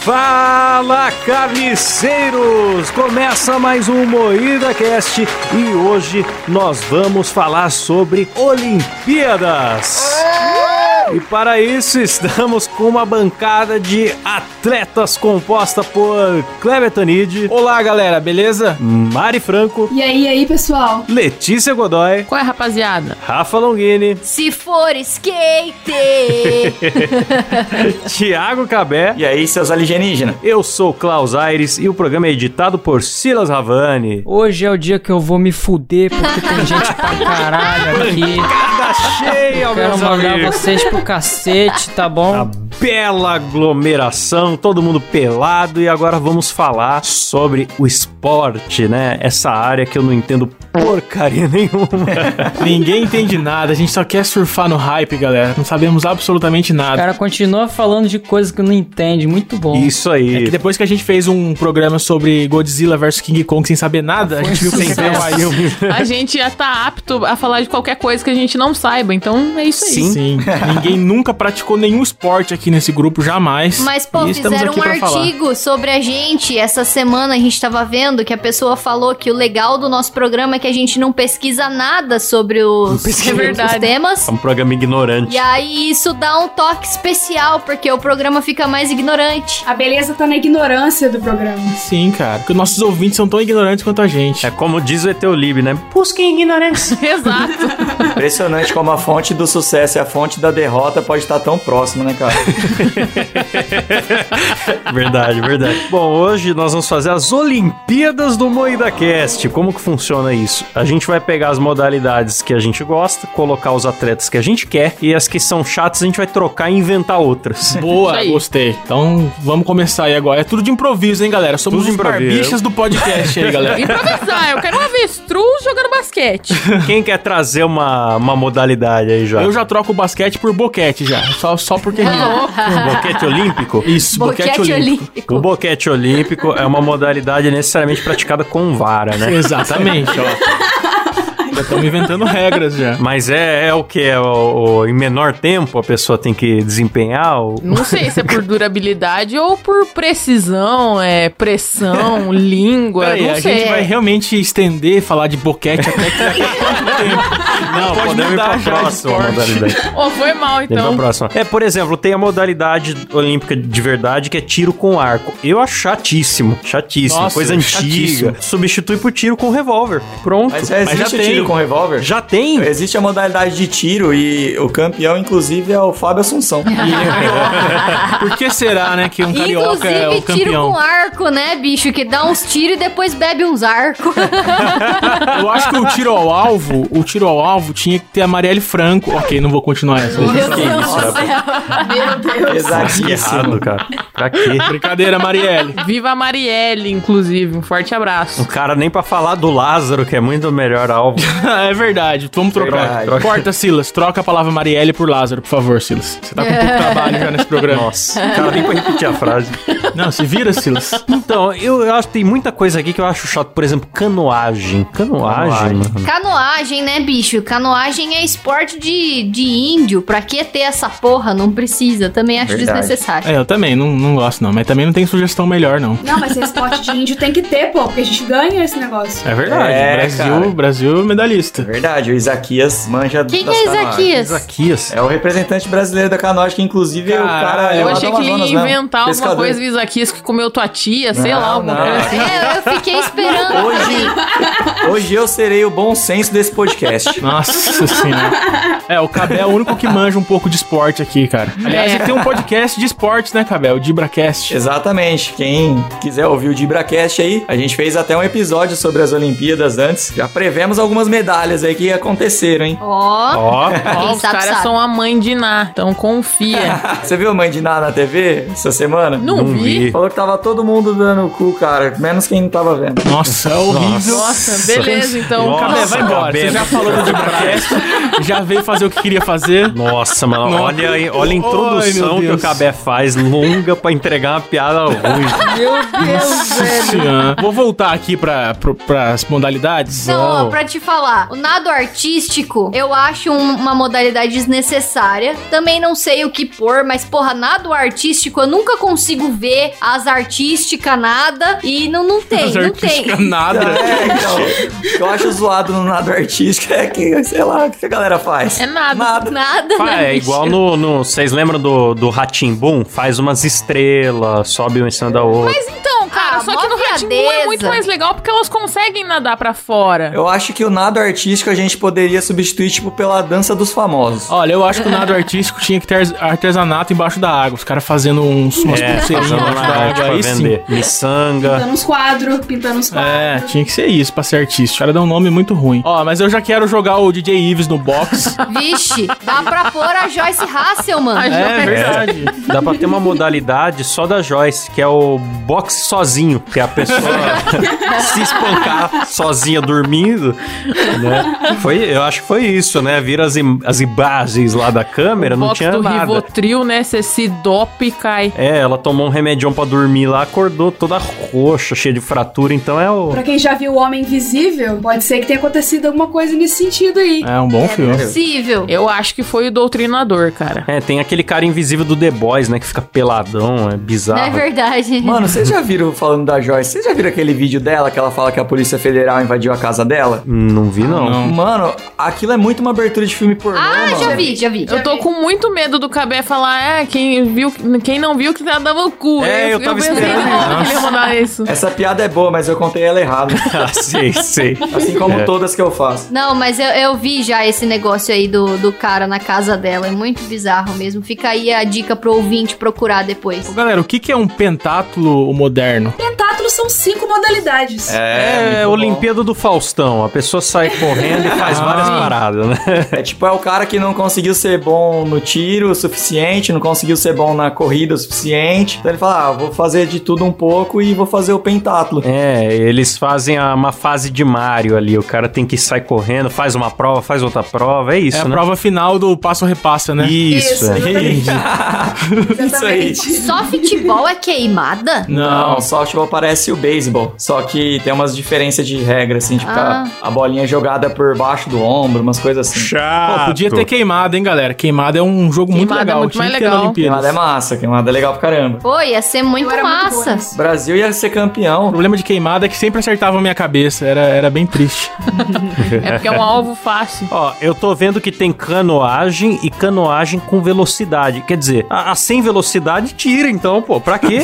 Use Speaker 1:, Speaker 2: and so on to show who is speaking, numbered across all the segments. Speaker 1: Fala carniceiros! Começa mais um Moída Cast e hoje nós vamos falar sobre Olimpíadas. E para isso estamos com uma bancada de atletas composta por Kleber Tanid,
Speaker 2: Olá, galera, beleza?
Speaker 1: Mari Franco,
Speaker 3: E aí, e aí, pessoal?
Speaker 1: Letícia Godoy,
Speaker 4: Qual é, rapaziada?
Speaker 1: Rafa Longini,
Speaker 5: Se for skate!
Speaker 1: Thiago Cabé.
Speaker 2: E aí, seus alienígenas?
Speaker 1: Eu sou Klaus Aires e o programa é editado por Silas Ravani.
Speaker 4: Hoje é o dia que eu vou me fuder porque tem gente pra caralho aqui.
Speaker 1: Tá cheia,
Speaker 4: Quero
Speaker 1: meus
Speaker 4: mandar
Speaker 1: amigos.
Speaker 4: vocês pro cacete, tá
Speaker 1: Uma
Speaker 4: bom?
Speaker 1: bela aglomeração, todo mundo pelado e agora vamos falar sobre o esporte, né? Essa área que eu não entendo porcaria
Speaker 6: É
Speaker 1: nenhuma.
Speaker 6: Ninguém entende nada, a gente só quer surfar no hype, galera. Não sabemos absolutamente
Speaker 4: O
Speaker 6: nada.
Speaker 4: cara continua falando de coisa que não entende, muito bom.
Speaker 1: Isso aí.
Speaker 6: É que depois que a gente fez um programa sobre Godzilla vs King Kong sem saber nada, a gente viu que
Speaker 1: um
Speaker 6: tem
Speaker 4: sucesso.
Speaker 6: aí.
Speaker 7: A gente já tá apto a falar de qualquer coisa que a gente não saiba, então é isso aí.
Speaker 6: Sim. Sim. Ninguém nunca praticou nenhum esporte aqui nesse grupo, jamais.
Speaker 5: Mas, pô,
Speaker 6: E estamos
Speaker 5: fizeram
Speaker 6: aqui
Speaker 5: um
Speaker 6: pra falar.
Speaker 5: artigo sobre a gente. Essa semana a gente tava vendo que a pessoa falou que o legal do nosso programa é que a gente não pesquisa nada sobre os,
Speaker 7: pesquisa. É
Speaker 5: os
Speaker 7: verdade.
Speaker 5: temas.
Speaker 1: É um programa ignorante.
Speaker 5: E aí isso dá um toque especial, porque o programa fica mais ignorante.
Speaker 3: A beleza tá na ignorância do programa.
Speaker 6: Sim, cara. Porque nossos ouvintes são tão ignorantes quanto a gente.
Speaker 1: É como diz o Eteolib, né? Busquem ignorância.
Speaker 7: Exato.
Speaker 2: Impressionante como a fonte do sucesso e a fonte da derrota pode estar tão próxima, né, cara?
Speaker 1: verdade, verdade. Bom, hoje nós vamos fazer as Olimpíadas do Moída Cast. Como que funciona isso? A gente vai pegar as modalidades que a gente gosta, colocar os atletas que a gente quer e as que são chatas a gente vai trocar e inventar outras.
Speaker 6: Boa,
Speaker 7: Isso aí.
Speaker 6: gostei. Então vamos começar aí agora. É tudo de improviso, hein, galera? Somos
Speaker 1: Tudo de
Speaker 6: os
Speaker 1: improviso.
Speaker 6: barbichas do podcast aí, galera.
Speaker 7: Improvisar, eu quero um avestruz jogando basquete.
Speaker 1: Quem quer trazer uma, uma modalidade aí, já?
Speaker 6: Eu já troco o basquete por boquete já. Só, só porque.
Speaker 1: Um Boquete olímpico?
Speaker 6: Isso, boquete,
Speaker 5: Boquete
Speaker 6: olímpico.
Speaker 1: O
Speaker 5: olímpico.
Speaker 1: boquete olímpico é uma modalidade necessariamente praticada com vara, né?
Speaker 6: Exatamente, ó. Já estamos inventando regras já.
Speaker 1: Mas é, é o que? É o, o- em menor tempo a pessoa tem que desempenhar? O,
Speaker 7: Não sei se é por durabilidade ou por precisão, é, pressão, língua,
Speaker 6: Peraí,
Speaker 7: não
Speaker 6: a
Speaker 7: sei.
Speaker 5: é.
Speaker 6: gente vai realmente estender, falar de boquete até que daqui a quanto tempo?
Speaker 1: Não,
Speaker 6: Pode
Speaker 1: podemos ir
Speaker 6: mudar
Speaker 1: pra
Speaker 6: já,
Speaker 1: próxima
Speaker 6: esporte.
Speaker 1: modalidade.
Speaker 7: Ô, foi mal
Speaker 1: Vamos pra
Speaker 7: então.
Speaker 1: próxima. É, por exemplo, tem a modalidade olímpica de verdade que é tiro com arco. Eu acho chatíssimo. Chatíssimo.
Speaker 6: Nossa,
Speaker 1: coisa
Speaker 6: chatíssimo.
Speaker 1: antiga. Substitui por tiro com revólver. Pronto.
Speaker 2: Mas é. já existe
Speaker 6: já
Speaker 2: o tiro
Speaker 6: tem.
Speaker 2: com revólver?
Speaker 1: Já tem.
Speaker 2: Existe a modalidade de tiro e o campeão, inclusive, é o Fábio Assunção.
Speaker 6: Por que será, né, que um carioca é o
Speaker 5: Inclusive, tiro com
Speaker 6: campeão?
Speaker 5: arco, né, bicho? Que dá uns tiros e depois bebe uns arcos.
Speaker 6: Eu acho que o tiro ao alvo, o tiro ao alvo tinha que ter a Marielle Franco. Ok, não vou continuar essa.
Speaker 5: Meu Deus do céu. Meu Deus.
Speaker 1: Nossa, que errado,
Speaker 2: Pesadíssimo.
Speaker 1: cara. Pra quê?
Speaker 6: Brincadeira, Marielle.
Speaker 7: Viva a Marielle, inclusive. Um forte
Speaker 1: O
Speaker 7: abraço.
Speaker 1: cara nem pra falar do Lázaro, que é muito melhor alvo.
Speaker 6: é verdade, vamos trocar.
Speaker 2: Verdade.
Speaker 6: Corta, Silas. Troca a palavra Marielle por Lázaro, por favor, Silas. Você tá com
Speaker 5: É.
Speaker 6: pouco trabalho já nesse programa.
Speaker 1: Nossa, o cara nem pra repetir a frase.
Speaker 6: Não, se vira, Silas.
Speaker 1: Então, eu eu acho que tem muita coisa aqui que eu acho chato. Por exemplo, canoagem. Canoagem,
Speaker 2: Canoagem.
Speaker 1: mano.
Speaker 5: Canoagem, né, bicho? Canoagem é esporte de, de índio. Pra que ter essa porra? Não precisa. Também acho
Speaker 2: Verdade.
Speaker 5: desnecessário.
Speaker 6: É, eu também, não, não gosto não, mas também não tem sugestão melhor não.
Speaker 3: Não, mas esse esporte de índio tem que ter, pô, porque a gente ganha esse negócio.
Speaker 6: É verdade,
Speaker 2: É,
Speaker 6: Brasil,
Speaker 2: cara.
Speaker 6: Brasil é medalhista.
Speaker 2: É Verdade, o Isaquias manja
Speaker 5: Quem que
Speaker 2: das
Speaker 5: é
Speaker 2: canoagens.
Speaker 5: Isaquias?
Speaker 1: Isaquias.
Speaker 2: É o representante brasileiro da canoagem, que inclusive o cara
Speaker 6: Caralho.
Speaker 2: é
Speaker 7: Eu
Speaker 2: lá do
Speaker 7: achei que ele
Speaker 2: Amazonas
Speaker 7: ia
Speaker 2: mesmo,
Speaker 7: inventar alguma
Speaker 2: pescador.
Speaker 7: coisa Visa aqui, que comeu tua tia, sei
Speaker 2: Não,
Speaker 7: lá, alguma
Speaker 2: não.
Speaker 7: coisa assim.
Speaker 5: É, eu fiquei esperando.
Speaker 2: Hoje, hoje eu serei o bom senso desse podcast.
Speaker 6: Nossa senhora. É, o Cabé é o único que manja um pouco de esporte aqui, cara. Aliás,
Speaker 7: É.
Speaker 6: ele tem um podcast de esportes, né, Cabé? O Dibracast.
Speaker 2: Exatamente. Quem quiser ouvir o DibraCast aí, a gente fez até um episódio sobre as Olimpíadas antes. Já prevemos algumas medalhas aí que aconteceram, hein?
Speaker 5: Ó,
Speaker 1: Ó,
Speaker 7: Ó,
Speaker 5: Quem
Speaker 7: os
Speaker 5: sabe,
Speaker 7: caras
Speaker 5: sabe.
Speaker 7: são a mãe de Ná, então confia.
Speaker 2: Ah, Você viu a mãe de Ná na TV essa semana?
Speaker 7: Não,
Speaker 1: não
Speaker 7: vi.
Speaker 1: vi.
Speaker 2: Falou que tava todo mundo dando o cu, cara. Menos quem não tava vendo.
Speaker 6: Nossa, é horrível.
Speaker 7: Nossa, beleza, então.
Speaker 1: Nossa.
Speaker 6: Cabé, vai embora.
Speaker 1: Cabé.
Speaker 6: Você já falou do Dibracast, já veio fazer o que queria fazer.
Speaker 1: Nossa, mano,
Speaker 6: Nossa.
Speaker 1: olha, aí- olha a
Speaker 6: Ai,
Speaker 1: introdução
Speaker 6: meu
Speaker 1: que o
Speaker 6: Deus.
Speaker 1: Cabé faz, longa pra entregar uma piada ruim.
Speaker 6: Nossa senhora. Vou voltar aqui pra, pro- pras modalidades.
Speaker 5: não, ó, pra te falar. O nado artístico, eu acho um- uma modalidade desnecessária. Também não sei o que pôr, mas, porra, nado artístico, eu nunca consigo ver as artísticas nada. E não, não tem,
Speaker 6: As
Speaker 5: não tem.
Speaker 6: artísticas nada.
Speaker 2: É, então, o que eu acho zoado no nado artístico é que, sei lá, o que a galera faz?
Speaker 7: É nada.
Speaker 5: Nada,
Speaker 1: Ah,
Speaker 5: né,
Speaker 1: é
Speaker 5: bicho?
Speaker 1: igual no. no- Vocês lembram do, do Ratimbum? Faz umas estrelas, sobe uma em cima da outra.
Speaker 7: Então, cara,
Speaker 5: Ah,
Speaker 7: só que
Speaker 5: mó
Speaker 7: no Ratimbun é muito
Speaker 5: viadeza.
Speaker 7: mais legal porque elas conseguem nadar pra fora.
Speaker 2: Eu acho que o nado artístico a gente poderia substituir, tipo, pela dança dos famosos.
Speaker 6: Olha, eu acho que o nado artístico tinha que ter ars- artesanato embaixo da água. Os caras fazendo uns, umas
Speaker 1: É,
Speaker 6: pulseirinhas
Speaker 1: fazendo
Speaker 6: embaixo da
Speaker 1: uma arte
Speaker 6: água.
Speaker 1: pra
Speaker 6: Aí sim.
Speaker 1: vender. Miçanga.
Speaker 3: Pintando uns quadros, pintando uns
Speaker 6: É,
Speaker 3: quadros.
Speaker 6: tinha que ser isso pra ser artístico. O cara dá um nome muito ruim. Ó, mas eu já quero jogar o DJ Ives no box.
Speaker 5: Vixe, dá pra pôr a Joyce Hasselman.
Speaker 6: é verdade.
Speaker 1: Dá pra ter uma modalidade só da Joyce, que é o boxe sozinho, que é a pessoa se espancar sozinha dormindo, né? Foi, eu acho que foi isso, né? Vira as, im- as imagens lá da câmera, não
Speaker 7: Box
Speaker 1: tinha
Speaker 7: do
Speaker 1: nada.
Speaker 7: Rivotril, né? Você se dopa e cai.
Speaker 1: É, ela tomou um remedião pra dormir lá, acordou toda roxa, cheia de fratura, então é o...
Speaker 3: Pra quem já viu O Homem Invisível, pode ser que tenha acontecido alguma coisa nesse sentido aí.
Speaker 6: É um bom filme.
Speaker 5: Possível.
Speaker 7: Eu acho que foi o doutrinador, cara.
Speaker 1: É, tem aquele cara invisível do The Boys, né, que fica peladão, é
Speaker 5: Não é
Speaker 1: bizarro.
Speaker 5: verdade.
Speaker 2: Mano, vocês já viram, falando da Joyce, vocês já viram aquele vídeo dela que ela fala que a Polícia Federal invadiu a casa dela?
Speaker 1: Não vi, não.
Speaker 2: Mano, aquilo é muito uma abertura de filme pornô,
Speaker 5: ah,
Speaker 2: mano.
Speaker 5: já vi, já vi. já
Speaker 7: Eu tô
Speaker 5: vi.
Speaker 7: com muito medo do Cabé falar, é, quem viu, quem não viu que tá dando o cu.
Speaker 1: É, eu tava
Speaker 7: pensei
Speaker 1: esperando
Speaker 7: logo que ele ia mandar isso.
Speaker 2: Essa piada é boa, mas eu contei ela errada.
Speaker 1: Ah, sei, sei.
Speaker 2: assim como
Speaker 1: É.
Speaker 2: todas que eu faço.
Speaker 5: Não, mas eu, eu vi já esse negócio aí do, do cara na casa dela. É muito bizarro mesmo. Fica aí a dica pro ouvinte procurar depois.
Speaker 6: Ô, Galera, o que que é um pentátulo moderno?
Speaker 3: Pentátulos são cinco modalidades.
Speaker 1: É,
Speaker 2: muito bom.
Speaker 1: Olimpíada do Faustão. A pessoa sai correndo e faz
Speaker 6: Ah.
Speaker 1: várias paradas, né?
Speaker 2: É tipo, é o cara que não conseguiu ser bom no tiro o suficiente, não conseguiu ser bom na corrida o suficiente. Então ele fala, ah, vou fazer de tudo um pouco e vou fazer o pentátulo.
Speaker 1: É, eles fazem a- uma fase de Mario ali. O cara tem que sair correndo, faz uma prova, faz outra prova. É isso,
Speaker 6: é a
Speaker 1: né?
Speaker 6: prova final do passo-repassa, né?
Speaker 1: Isso, é.
Speaker 3: exatamente.
Speaker 2: Isso
Speaker 3: Exatamente.
Speaker 5: Só futebol é queimada?
Speaker 2: Não, softball parece o beisebol. Só que tem umas diferenças de regra, assim, tipo,
Speaker 5: Ah.
Speaker 2: a, a bolinha jogada por baixo do ombro, umas coisas assim.
Speaker 1: Chato.
Speaker 6: Pô, podia ter queimada, hein, galera? Queimada é um jogo muito
Speaker 7: Queimada é
Speaker 6: legal.
Speaker 7: muito
Speaker 6: tinha
Speaker 7: mais
Speaker 6: que ter na
Speaker 7: legal.
Speaker 6: Olimpíadas.
Speaker 2: Queimada é massa, queimada é legal pra caramba.
Speaker 5: Pô, ia ser muito
Speaker 3: Eu era muito
Speaker 5: massa.
Speaker 3: boa nisso.
Speaker 2: O Brasil ia ser
Speaker 6: O
Speaker 2: campeão.
Speaker 6: problema de queimada é que sempre acertava a minha cabeça. Era, era bem triste.
Speaker 7: É porque é um alvo fácil.
Speaker 1: Ó, eu tô vendo que tem canoagem e canoagem com velocidade. Quer dizer, a, a sem velocidade tira, então, pô. Pra quê?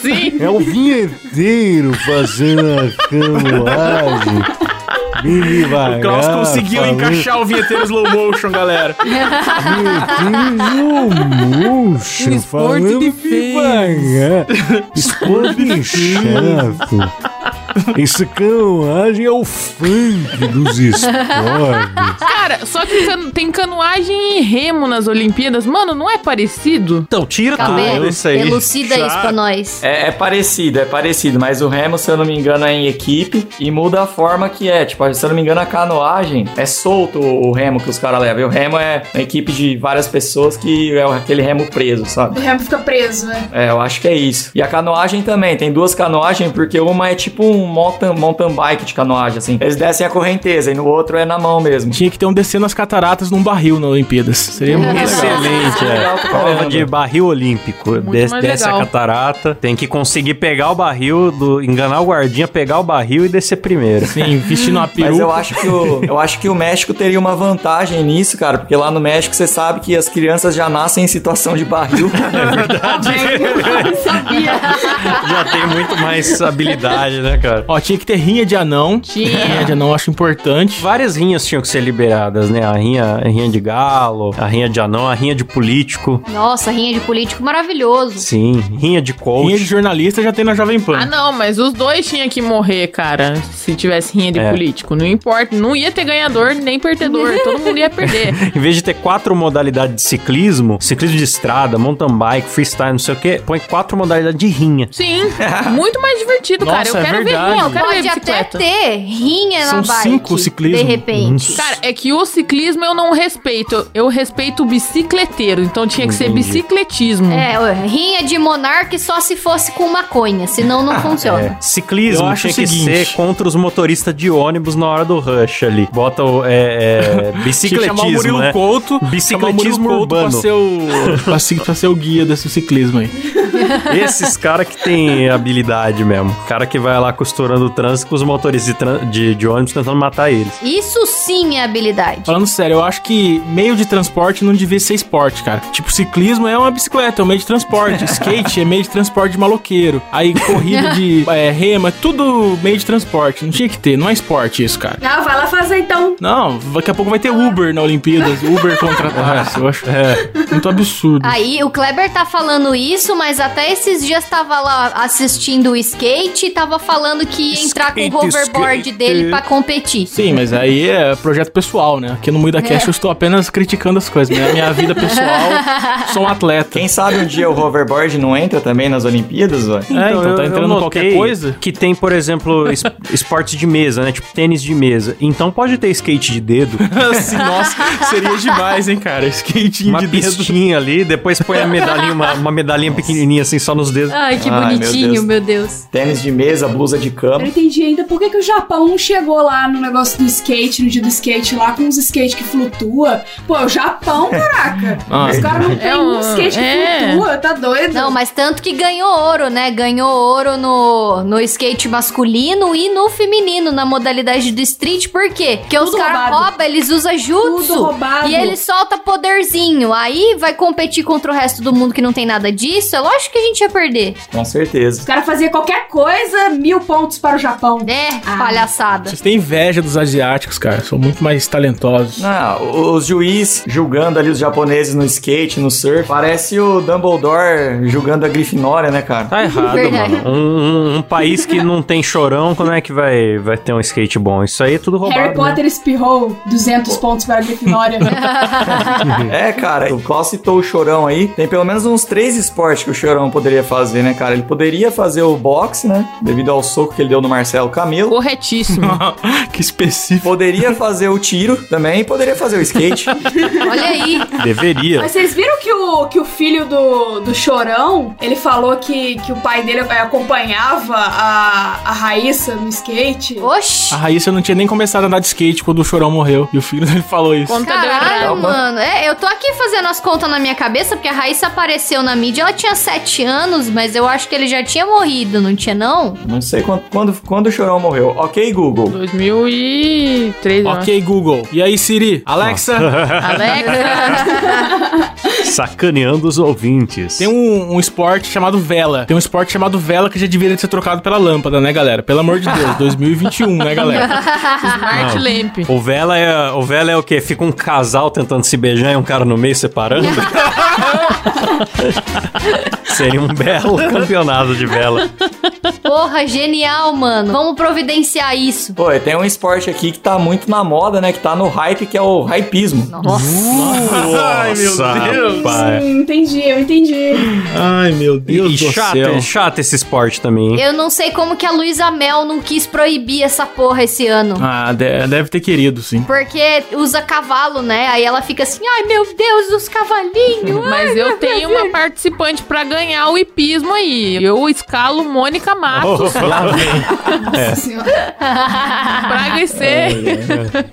Speaker 7: Sim.
Speaker 1: é o vinheteiro fazendo a canoagem.
Speaker 6: o Klaus conseguiu encaixar o vinheteiro slow motion, galera.
Speaker 4: Motion, falando devagar. Esporte chato. Esse canoagem é o funk dos esportes.
Speaker 7: Cara, só que can- tem canoagem e remo nas Olimpíadas. Mano, não é parecido?
Speaker 1: Então, tira
Speaker 5: Cabelo,
Speaker 1: tudo isso aí.
Speaker 5: elucida isso pra nós.
Speaker 2: É, é parecido, é parecido, mas o remo, se eu não me engano, é em equipe e muda a forma que é. Tipo, se eu não me engano, a canoagem é solto o o remo que os caras levam. E o remo é uma equipe de várias pessoas que é aquele remo preso, sabe?
Speaker 3: O Remo fica preso, né?
Speaker 2: É, eu acho que é isso. E a canoagem também, tem duas canoagens, porque uma é tipo um mountain, mountain bike de canoagem, assim. Eles descem a correnteza e no outro é na mão mesmo.
Speaker 6: Tinha que ter um descendo as cataratas num baril na Olimpíadas. Seria muito legal.
Speaker 1: Excelente,
Speaker 2: Legal
Speaker 1: é.
Speaker 2: pra
Speaker 1: Prova
Speaker 2: caramba.
Speaker 1: de barril olímpico.
Speaker 7: Muito
Speaker 1: Des,
Speaker 7: mais
Speaker 1: desce a
Speaker 7: legal.
Speaker 1: catarata. Tem que conseguir pegar o barril, do, enganar o guardinha, pegar o barril e descer primeiro.
Speaker 6: Sim, vestindo uma peruca.
Speaker 2: Mas eu acho, que o, eu acho que o México teria uma vantagem nisso, cara, porque lá no México você sabe que as crianças já nascem em situação de barril.
Speaker 1: Já tem muito mais habilidade, né, cara?
Speaker 6: Ó, tinha que ter rinha de anão.
Speaker 7: Tinha.
Speaker 1: é,
Speaker 6: Rinha de anão eu acho importante.
Speaker 1: Várias rinhas tinham que ser liberadas, né? A rinha, a rinha de galo, a rinha de anão, a rinha de político.
Speaker 5: Nossa, rinha de político maravilhoso.
Speaker 1: Sim, rinha de coach.
Speaker 6: Rinha de jornalista já tem na Jovem Pan.
Speaker 7: Ah, não, mas os dois tinham que morrer, cara. Se tivesse rinha de
Speaker 1: É.
Speaker 7: político. Não importa. Não ia ter ganhador nem perdedor. Todo mundo ia perder.
Speaker 1: Em vez de ter quatro modalidades de ciclismo, ciclismo de estrada, mountain bike, freestyle, não sei o quê, põe quatro modalidades de rinha.
Speaker 7: Sim. Muito mais divertido, cara.
Speaker 6: Nossa,
Speaker 7: Eu
Speaker 6: é
Speaker 7: quero
Speaker 6: verdade.
Speaker 5: não,
Speaker 7: Cara,
Speaker 5: pode
Speaker 7: minha
Speaker 5: até
Speaker 7: bicicleta.
Speaker 5: ter rinha
Speaker 6: São
Speaker 5: na bike.
Speaker 6: cinco ciclismo.
Speaker 5: De repente.
Speaker 7: Cara, é que o ciclismo eu não respeito. Eu respeito o bicicleteiro. Então tinha que ser bicicletismo.
Speaker 5: É, ué, rinha de monarca só se fosse com maconha, senão não funciona.
Speaker 1: Ciclismo
Speaker 6: Eu acho
Speaker 1: tinha
Speaker 6: o
Speaker 1: que
Speaker 6: seguinte.
Speaker 1: ser contra os motoristas de ônibus na hora do rush ali. Bota o é, é,
Speaker 6: Tinha que chamar o
Speaker 1: bicicletismo,
Speaker 6: Murilo
Speaker 1: né?
Speaker 6: Couto. chamar o Murilo
Speaker 1: Bicicletismo
Speaker 6: Couto pra
Speaker 1: urbano.
Speaker 6: ser, o, pra, se- pra ser o guia desse ciclismo aí.
Speaker 1: Esses caras que tem habilidade mesmo. Cara que vai lá costurando o trânsito com os motoristas de, tran- de, de ônibus tentando matar eles.
Speaker 5: Isso sim é habilidade.
Speaker 6: Falando sério, eu acho que meio de transporte não devia ser esporte, cara. Tipo, ciclismo é uma bicicleta, é um meio de transporte. Skate é meio de transporte de maloqueiro. Aí corrida de é, rema, tudo meio de transporte. Não tinha que ter, não é esporte isso, cara.
Speaker 3: Ah, vai lá fazer então.
Speaker 6: Não, daqui a pouco vai ter Uber na Olimpíadas. Uber contratar. isso eu acho é, muito absurdo.
Speaker 5: Aí o Kleber tá falando isso, mas até esses dias tava lá assistindo o skate e tava falando que ia entrar com o
Speaker 1: Skate,
Speaker 5: hoverboard
Speaker 1: skate.
Speaker 5: dele pra competir.
Speaker 6: Sim, mas aí é projeto pessoal, né? Aqui no Muida Cast eu estou apenas criticando as coisas, né? A minha vida pessoal, sou um atleta.
Speaker 2: Quem sabe um dia o hoverboard não entra também nas Olimpíadas, velho?
Speaker 6: É, então, tá entrando
Speaker 1: notei
Speaker 6: qualquer coisa.
Speaker 1: Que tem, por exemplo, es- esporte de mesa, né? Tipo tênis de mesa. Então pode ter skate de dedo,
Speaker 6: Assim, nossa, seria demais, hein, cara? Skatinho
Speaker 1: uma
Speaker 6: de dedo.
Speaker 1: pistinha ali, depois põe a medalhinha, uma, uma medalhinha pequenininha assim só nos dedos.
Speaker 5: Ai, que
Speaker 2: Ai, meu
Speaker 5: bonitinho,
Speaker 2: Deus.
Speaker 5: meu Deus.
Speaker 2: Tênis de mesa, blusa de
Speaker 3: Eu não
Speaker 2: cama.
Speaker 3: entendi ainda por que, que o Japão chegou lá no negócio do skate, no dia do skate, lá com uns skate que flutua. Pô, é o Japão, caraca.
Speaker 6: Ah,
Speaker 3: Os caras não tem
Speaker 7: É
Speaker 3: um
Speaker 7: um-
Speaker 3: skate que
Speaker 7: é.
Speaker 3: flutua, tá doido?
Speaker 5: Não, mas tanto que ganhou ouro, né? Ganhou ouro no, no skate masculino e no feminino, na modalidade do street. Por quê? Porque os
Speaker 3: Tudo
Speaker 5: caras
Speaker 3: roubado.
Speaker 5: roubam, eles usam jutsu.
Speaker 3: Tudo roubado.
Speaker 5: E ele solta poderzinho. Aí vai competir contra o resto do mundo que não tem nada disso. É lógico que a gente ia perder.
Speaker 2: Com certeza.
Speaker 3: Os caras faziam qualquer coisa, mil pontos para o Japão.
Speaker 5: É,
Speaker 3: Ah.
Speaker 5: palhaçada.
Speaker 6: Vocês têm inveja dos asiáticos, cara. São muito mais talentosos.
Speaker 2: Ah, os juiz julgando ali os japoneses no skate, no surf. Parece o Dumbledore julgando a Grifinória, né, cara?
Speaker 1: Tá errado,
Speaker 5: Verdade.
Speaker 1: mano. Um, um- um país que não tem chorão, como é que vai, vai ter um skate bom? Isso aí é tudo roubado.
Speaker 3: Harry Potter espirrou 200 pontos para a Grifinória.
Speaker 2: É, cara, o Klaus citou o Chorão aí. Tem pelo menos uns três esportes que o Chorão poderia fazer, né, cara? Ele poderia fazer o boxe, né? Devido ao soco que ele deu no Marcelo Camelo.
Speaker 7: Corretíssimo.
Speaker 6: Ah, que específico.
Speaker 2: Poderia fazer o tiro também e poderia fazer o skate.
Speaker 5: Olha aí.
Speaker 1: né? Deveria.
Speaker 3: Mas vocês viram que o, que o filho do, do Chorão, ele falou que, que o pai dele eh, acompanhava a, a Raíssa no skate?
Speaker 5: Oxi.
Speaker 6: A Raíssa não tinha nem começado a andar de skate quando o Chorão morreu. E o filho dele falou isso.
Speaker 7: Conta deu errado.
Speaker 5: Caralho,
Speaker 2: errado.
Speaker 5: mano. É, eu tô aqui fazendo as contas na minha cabeça, porque a Raíssa apareceu na mídia, ela tinha 7 anos, mas eu acho que ele já tinha morrido, não tinha, não?
Speaker 2: Não sei quando, quando, quando o Chorão morreu. Ok, Google.
Speaker 7: 2003, eu acho.
Speaker 6: Ok, Google. E aí, Siri? Alexa,
Speaker 7: Alexa.
Speaker 8: Sacaneando os ouvintes.
Speaker 6: tem um, um esporte chamado vela. Tem um esporte chamado vela que já deveria ser trocado pela lâmpada, né, galera? Pelo amor de Deus, 2021, né, galera?
Speaker 7: Smart Lamp.
Speaker 1: O Vela, é, o Vela é o quê? Fica um casal tentando se beijar e um cara no meio separando? Seria um belo campeonato de vela.
Speaker 5: Porra, genial, mano. Vamos providenciar isso.
Speaker 2: Pô, e tem um esporte aqui que tá muito na moda, né? Que tá no hype, que é o hypismo.
Speaker 5: Nossa.
Speaker 1: Ai, meu Deus.
Speaker 3: Hum, entendi, eu entendi.
Speaker 6: Ai, meu Deus
Speaker 1: E
Speaker 6: do
Speaker 1: chato,
Speaker 6: céu.
Speaker 1: é chato esse esporte também, hein?
Speaker 5: Eu não sei como que a Luísa Mel não quis proibir essa porra esse ano.
Speaker 6: Ah, de- deve ter querido, sim.
Speaker 5: Porque usa cavalo, né? Aí ela fica assim, ai meu Deus, os cavalinhos.
Speaker 7: Mas eu tenho uma participante pra ganhar o hipismo aí. Eu escalo Mônica Matos
Speaker 1: É.
Speaker 3: Nossa Senhora.
Speaker 7: pra vencer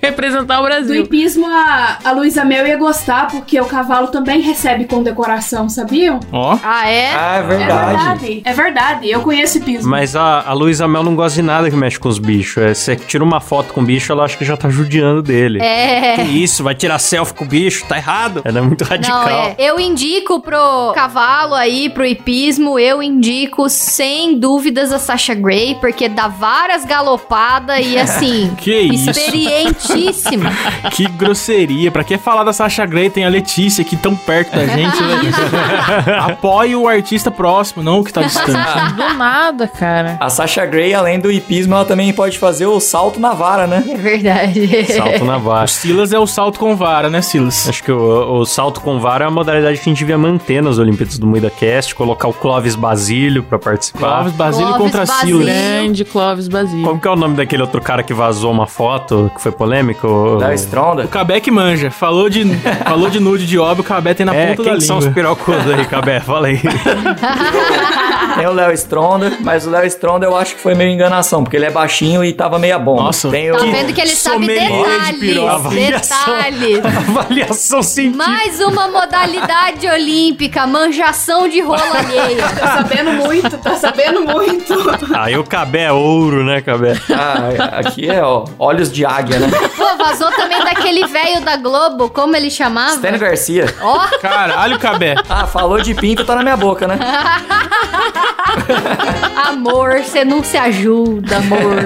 Speaker 7: representar o
Speaker 3: Do
Speaker 7: Brasil.
Speaker 3: hipismo, a, a Luísa Mel ia gostar, porque o cavalo também recebe condecoração, sabiam?
Speaker 6: Ó.
Speaker 5: Ah, é?
Speaker 2: Ah, é
Speaker 3: É
Speaker 2: verdade.
Speaker 3: verdade, é verdade. Eu conheço hipismo.
Speaker 1: Mas a, a Luísa Mel não gosta de nada que mexe com os bichos. É, você tira uma foto com o bicho, ela acha que já tá judiando dele.
Speaker 5: É.
Speaker 1: Que isso, vai tirar selfie com o bicho, tá errado. Ela é muito radical.
Speaker 5: Não, é. Eu indico pro cavalo aí, pro hipismo, eu indico sem dúvidas a Sasha Grey, porque dá várias galopadas e assim.
Speaker 6: Que isso?
Speaker 5: experientíssima.
Speaker 6: Que grosseria. Pra que falar da Sasha Grey? Tem a Letícia aqui tão perto perto da gente. né? Apoie o artista próximo, não o que tá distante.
Speaker 7: Do nada, cara.
Speaker 2: A Sasha Grey, além do hipismo, ela também pode fazer o salto na vara, né?
Speaker 5: É verdade.
Speaker 1: Salto na
Speaker 6: O
Speaker 1: vara.
Speaker 6: Silas é o salto com vara, né, Silas?
Speaker 1: Acho que o, o salto com vara é uma modalidade que a gente devia manter nas Olimpíadas do Muida Cast, colocar o Clóvis Basílio pra participar.
Speaker 6: Clóvis Basílio
Speaker 5: Clóvis
Speaker 6: contra
Speaker 5: Basílio.
Speaker 6: Silas.
Speaker 7: Grande Clóvis Basílio.
Speaker 1: Como que é o nome daquele outro cara que vazou uma foto que foi polêmico? O-
Speaker 2: Da Stronda.
Speaker 6: O Cabé que manja. Falou de, falou de nude de óbvio, o Cabé tem na
Speaker 1: é,
Speaker 6: ponta
Speaker 1: quem
Speaker 6: da
Speaker 1: que são os
Speaker 6: língua.
Speaker 1: pirocudos aí, Cabé? Fala aí.
Speaker 2: Tem o Léo Stronda, mas o Léo Stronda eu acho que foi meio enganação, porque ele é baixinho e tava meia bomba.
Speaker 6: Nossa.
Speaker 2: Tem
Speaker 5: Tá
Speaker 2: o...
Speaker 5: vendo que ele sabe
Speaker 6: sommelier de
Speaker 5: detalhes.
Speaker 6: piroca.
Speaker 5: Detalhes.
Speaker 1: Avaliação científica.
Speaker 5: Mais uma modalidade olímpica, manjação de rola alheia.
Speaker 3: Tá sabendo muito, tá sabendo muito.
Speaker 1: Aí o Cabé é ouro, né, Cabé?
Speaker 2: Ah, aqui é, ó, olhos de águia, né?
Speaker 5: Pô, vazou também daquele velho da Globo, como ele chamava?
Speaker 2: Stênio Garcia.
Speaker 5: Ó,
Speaker 6: Caralho, Cabé.
Speaker 2: Ah, falou de pinto, tá na minha boca, né?
Speaker 5: amor, você não se ajuda, amor.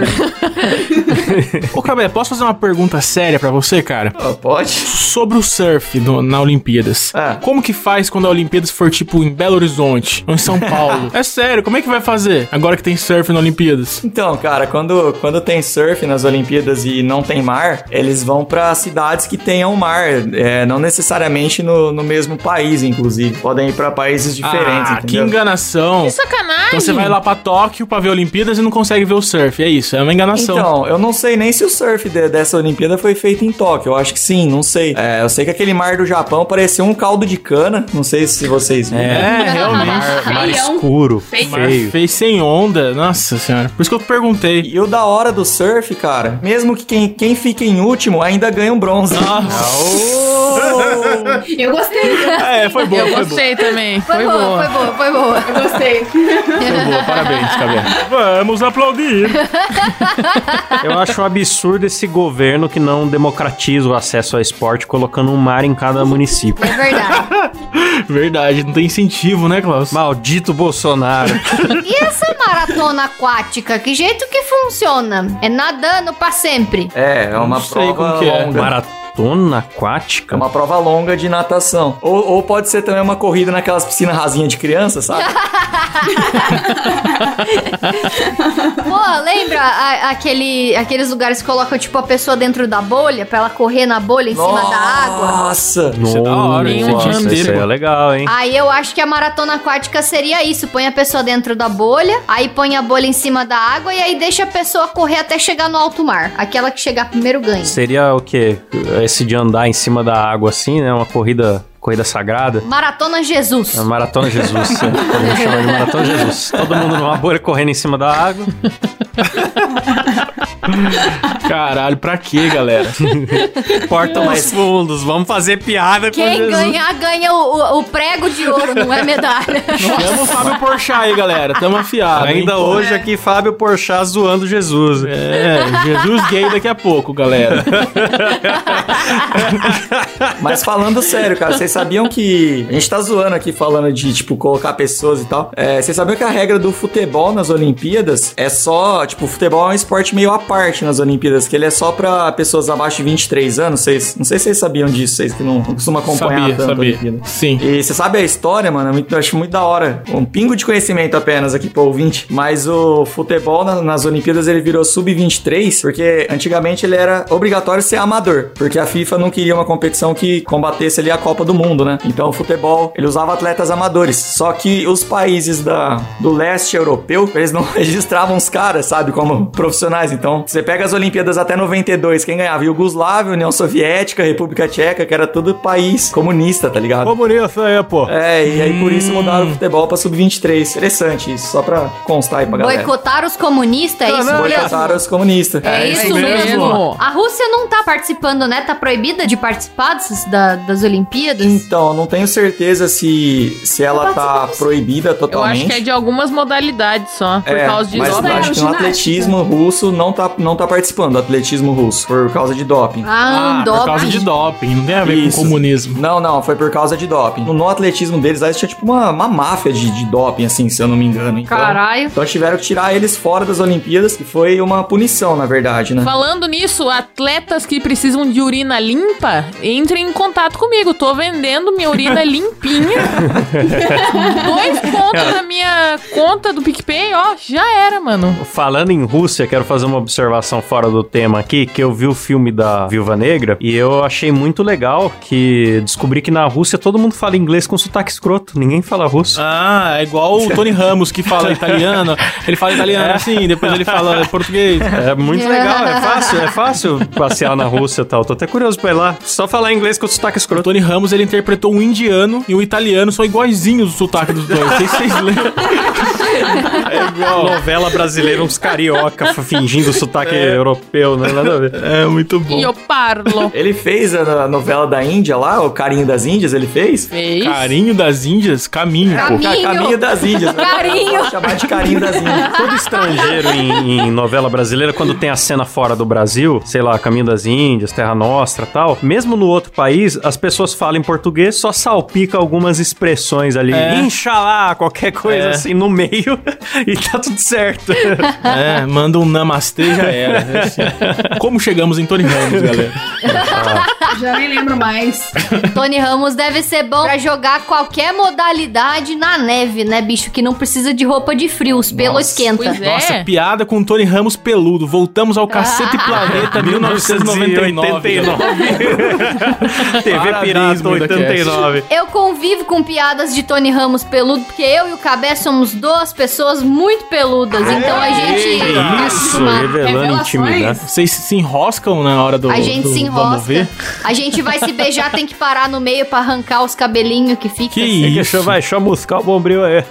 Speaker 6: Ô, Cabé, posso fazer uma pergunta séria pra você, cara?
Speaker 2: Ó, pode?
Speaker 6: Sobre o surf no- na Olimpíadas.
Speaker 2: Ah.
Speaker 6: Como que faz quando a Olimpíadas for, tipo, em Belo Horizonte ou em São Paulo? é sério, como é que vai fazer agora que tem surf na Olimpíadas?
Speaker 2: Então, cara, quando, quando tem surf nas Olimpíadas e não tem mar, eles vão pra cidades que tenham mar, é, não necessariamente no, no mesmo país, inclusive. Podem ir pra países diferentes,
Speaker 6: ah, que
Speaker 2: entendeu?
Speaker 6: enganação.
Speaker 7: Que sacanagem.
Speaker 6: Então você vai lá pra Tóquio pra ver Olimpíadas e não consegue ver o surf. É isso, é uma enganação.
Speaker 2: Então, eu não sei nem se o surf de- dessa Olimpíada foi feito em Tóquio. Eu acho que sim, não sei. É, eu sei que aquele mar do Japão parecia um caldo de cana. Não sei se vocês viram.
Speaker 6: é, realmente.
Speaker 1: Mar
Speaker 3: Feião.
Speaker 1: Tá escuro,
Speaker 3: Feio.
Speaker 6: Mar
Speaker 1: feio.
Speaker 6: fez sem onda. Nossa senhora. Por isso que eu perguntei.
Speaker 2: E o da hora do surf, cara, mesmo que quem, quem fica em último ainda ganha um bronze.
Speaker 3: Eu gostei,
Speaker 6: É, foi boa,
Speaker 7: Eu
Speaker 6: foi boa.
Speaker 7: gostei também.
Speaker 5: Foi,
Speaker 7: Foi,
Speaker 5: boa,
Speaker 7: boa.
Speaker 5: foi boa, foi boa.
Speaker 3: eu gostei.
Speaker 1: é
Speaker 6: Foi boa, parabéns, Cabé. Vamos aplaudir.
Speaker 1: Eu acho um absurdo esse governo que não democratiza o acesso ao esporte colocando um mar em cada município.
Speaker 5: É verdade.
Speaker 6: Verdade, não tem incentivo, né, Klaus?
Speaker 1: Maldito Bolsonaro.
Speaker 5: E essa maratona aquática, que jeito que funciona? É nadando pra sempre.
Speaker 2: É, é uma
Speaker 6: Não sei
Speaker 2: prova
Speaker 6: como que é.
Speaker 2: longa.
Speaker 1: Maratona
Speaker 2: É
Speaker 1: aquática?
Speaker 2: uma prova longa de natação. Ou, ou pode ser também uma corrida naquelas piscinas rasinhas de criança, sabe?
Speaker 5: Pô, lembra a- aquele, aqueles lugares que colocam, tipo, a pessoa dentro da bolha pra ela correr na bolha em cima da água?
Speaker 2: Nossa!
Speaker 6: Isso é da hora, hein?
Speaker 1: Nossa,
Speaker 6: Isso é
Speaker 1: isso aí é
Speaker 6: maneiro.
Speaker 1: legal, hein?
Speaker 5: Aí eu acho que a maratona aquática seria isso: põe a pessoa dentro da bolha, aí põe a bolha em cima da água e aí deixa a pessoa correr até chegar no alto mar. Aquela que chegar primeiro ganha.
Speaker 1: Seria o quê? Esse de andar em cima da água assim, né? Uma corrida, corrida sagrada.
Speaker 5: Maratona Jesus.
Speaker 1: É Maratona Jesus. né? Todo mundo chama de Maratona Jesus. Todo mundo numa bolha correndo em cima da água.
Speaker 6: Caralho, pra quê, galera?
Speaker 1: Porta mais fundos. Vamos fazer piada com
Speaker 5: Quem
Speaker 1: Jesus.
Speaker 5: ganhar, ganha o, o- o prego de ouro, não é medalha.
Speaker 6: Chama o Fábio Porchat aí, galera. Tamo afiado. hein?
Speaker 1: Ainda hoje aqui, Fábio Porchat zoando Jesus.
Speaker 6: É, Jesus gay daqui a pouco, galera.
Speaker 2: Mas falando sério, cara, vocês sabiam que. A gente tá zoando aqui falando de, tipo, colocar pessoas e tal. É, vocês sabiam que a regra do futebol nas Olimpíadas é só. Tipo, o futebol é um esporte meio à parte nas Olimpíadas, que ele é só pra pessoas abaixo de 23 anos. Vocês, não sei se vocês sabiam disso, vocês que não, não costumam acompanhar
Speaker 6: sabia,
Speaker 2: tanto a Olimpíada.
Speaker 6: sabia. Sim.
Speaker 2: E você sabe a história, mano? É muito- Eu acho muito da hora. Um pingo de conhecimento apenas aqui pro ouvinte. Mas o futebol na- nas Olimpíadas ele virou sub-23, porque antigamente ele era obrigatório ser amador. Porque a FIFA não queria uma competição que combatesse ali a Copa do Mundo, né? Então o futebol, ele usava atletas amadores. Só que os países da, do leste europeu, eles não registravam os caras, sabe? Como profissionais. Então você pega as Olimpíadas até 92, quem ganhava? Yugoslávia, União Soviética, República Tcheca, que era tudo país comunista, tá ligado?
Speaker 1: bonito aí, pô.
Speaker 2: É, e aí por isso mudaram o futebol pra sub-23. Interessante isso, só pra constar aí pra galera.
Speaker 5: Boicotar os comunistas, é isso mesmo?
Speaker 2: Boicotaram os comunistas.
Speaker 5: É, isso,
Speaker 7: isso
Speaker 5: mesmo.
Speaker 7: mesmo.
Speaker 5: A Rússia não tá participando, né? Tá proibida de participar desses- da- das Olimpíadas.
Speaker 2: Então, não tenho certeza se, se ela tá proibida
Speaker 7: Eu acho
Speaker 2: totalmente.
Speaker 7: que é de algumas modalidades só. Por
Speaker 2: É,
Speaker 7: causa de
Speaker 2: mas eu
Speaker 3: Não,
Speaker 2: acho que no
Speaker 3: ginástica.
Speaker 2: atletismo russo não tá tá, não tá participando do atletismo russo por causa de doping.
Speaker 5: Ah,
Speaker 6: Ah,
Speaker 5: doping.
Speaker 6: por causa de doping, não tem a ver
Speaker 2: Isso.
Speaker 6: com comunismo.
Speaker 2: Não, não, foi por causa de doping. No, no atletismo deles lá existia tipo uma, uma máfia de, de doping, assim, se eu não me engano. Então,
Speaker 5: Caralho.
Speaker 2: Então tiveram que tirar eles fora das Olimpíadas, que foi uma punição, na verdade, né?
Speaker 7: Falando nisso, atletas que precisam de urina limpa, entrem em contato comigo. Tô vendendo minha urina limpinha. Dois pontos na minha conta do PicPay, ó, já era, mano.
Speaker 1: Falando em Rússia, quero fazer uma observação fora do tema aqui, que eu vi o filme da Viúva Negra e eu achei muito legal que descobri que na Rússia todo mundo fala inglês com sotaque escroto, ninguém fala russo.
Speaker 6: Ah, é igual o Tony Ramos que fala italiano. Ele fala italiano assim, depois ele fala português.
Speaker 1: É muito legal, é fácil, é fácil passear na Rússia e tal. Tô até curioso pra ir lá. Só falar inglês com sotaque
Speaker 6: O
Speaker 1: escroto.
Speaker 6: Tony Ramos, ele interpretou um indiano e um italiano, são iguaizinhos o sotaque dos dois. Não sei se vocês lembram.
Speaker 1: É igual novela brasileira, uns carioca fingindo sotaque europeu, né? Nada a ver.
Speaker 6: É, muito
Speaker 7: E eu parlo.
Speaker 2: Ele fez a a novela da Índia lá, o Carinho das Índias, ele fez?
Speaker 7: Fez?
Speaker 6: Carinho das Índias, caminho, pô.
Speaker 5: Caminho.
Speaker 2: Ca- Caminho das Índias. né?
Speaker 5: Carinho.
Speaker 2: Vou chamar de Carinho das Índias.
Speaker 1: Todo estrangeiro em, em novela brasileira, quando tem a cena fora do Brasil, sei lá, Caminho das Índias, Terra Nostra tal, mesmo no outro país, as pessoas falam em português, só salpica algumas expressões ali.
Speaker 6: É.
Speaker 1: Inxalá, qualquer coisa
Speaker 6: É.
Speaker 1: assim no meio e tá tudo certo.
Speaker 6: É, manda um namastê já era. É assim. Como chegamos em Tony Ramos, galera?
Speaker 3: Já nem lembro mais.
Speaker 5: Tony Ramos deve ser bom pra jogar qualquer modalidade na neve, né, bicho? Que não precisa de roupa de frio, os pelos esquenta.
Speaker 7: Pois é.
Speaker 6: Nossa, piada com o Tony Ramos peludo. Voltamos ao Cacete
Speaker 7: Ah.
Speaker 6: Planeta
Speaker 1: 1989.
Speaker 6: 1999. galera.
Speaker 1: TV
Speaker 6: Parabéns,
Speaker 1: Pirata
Speaker 6: Buda Cast.
Speaker 1: 89.
Speaker 5: Eu convivo com piadas de Tony Ramos peludo, porque eu e o Cabé somos duas pessoas muito peludas. então a gente. tá
Speaker 1: Isso,
Speaker 5: acostumado.
Speaker 1: revelando
Speaker 3: Revelações.
Speaker 1: intimidade.
Speaker 6: Vocês se enroscam na hora do.
Speaker 5: A gente
Speaker 6: do
Speaker 5: se
Speaker 6: Vamos ver?
Speaker 5: enrosca. A gente vai se beijar, tem que parar no meio pra arrancar os cabelinhos que fica.
Speaker 6: Que
Speaker 5: assim.
Speaker 1: E
Speaker 6: isso?
Speaker 1: deixa, vai, deixa eu buscar o bombril aí.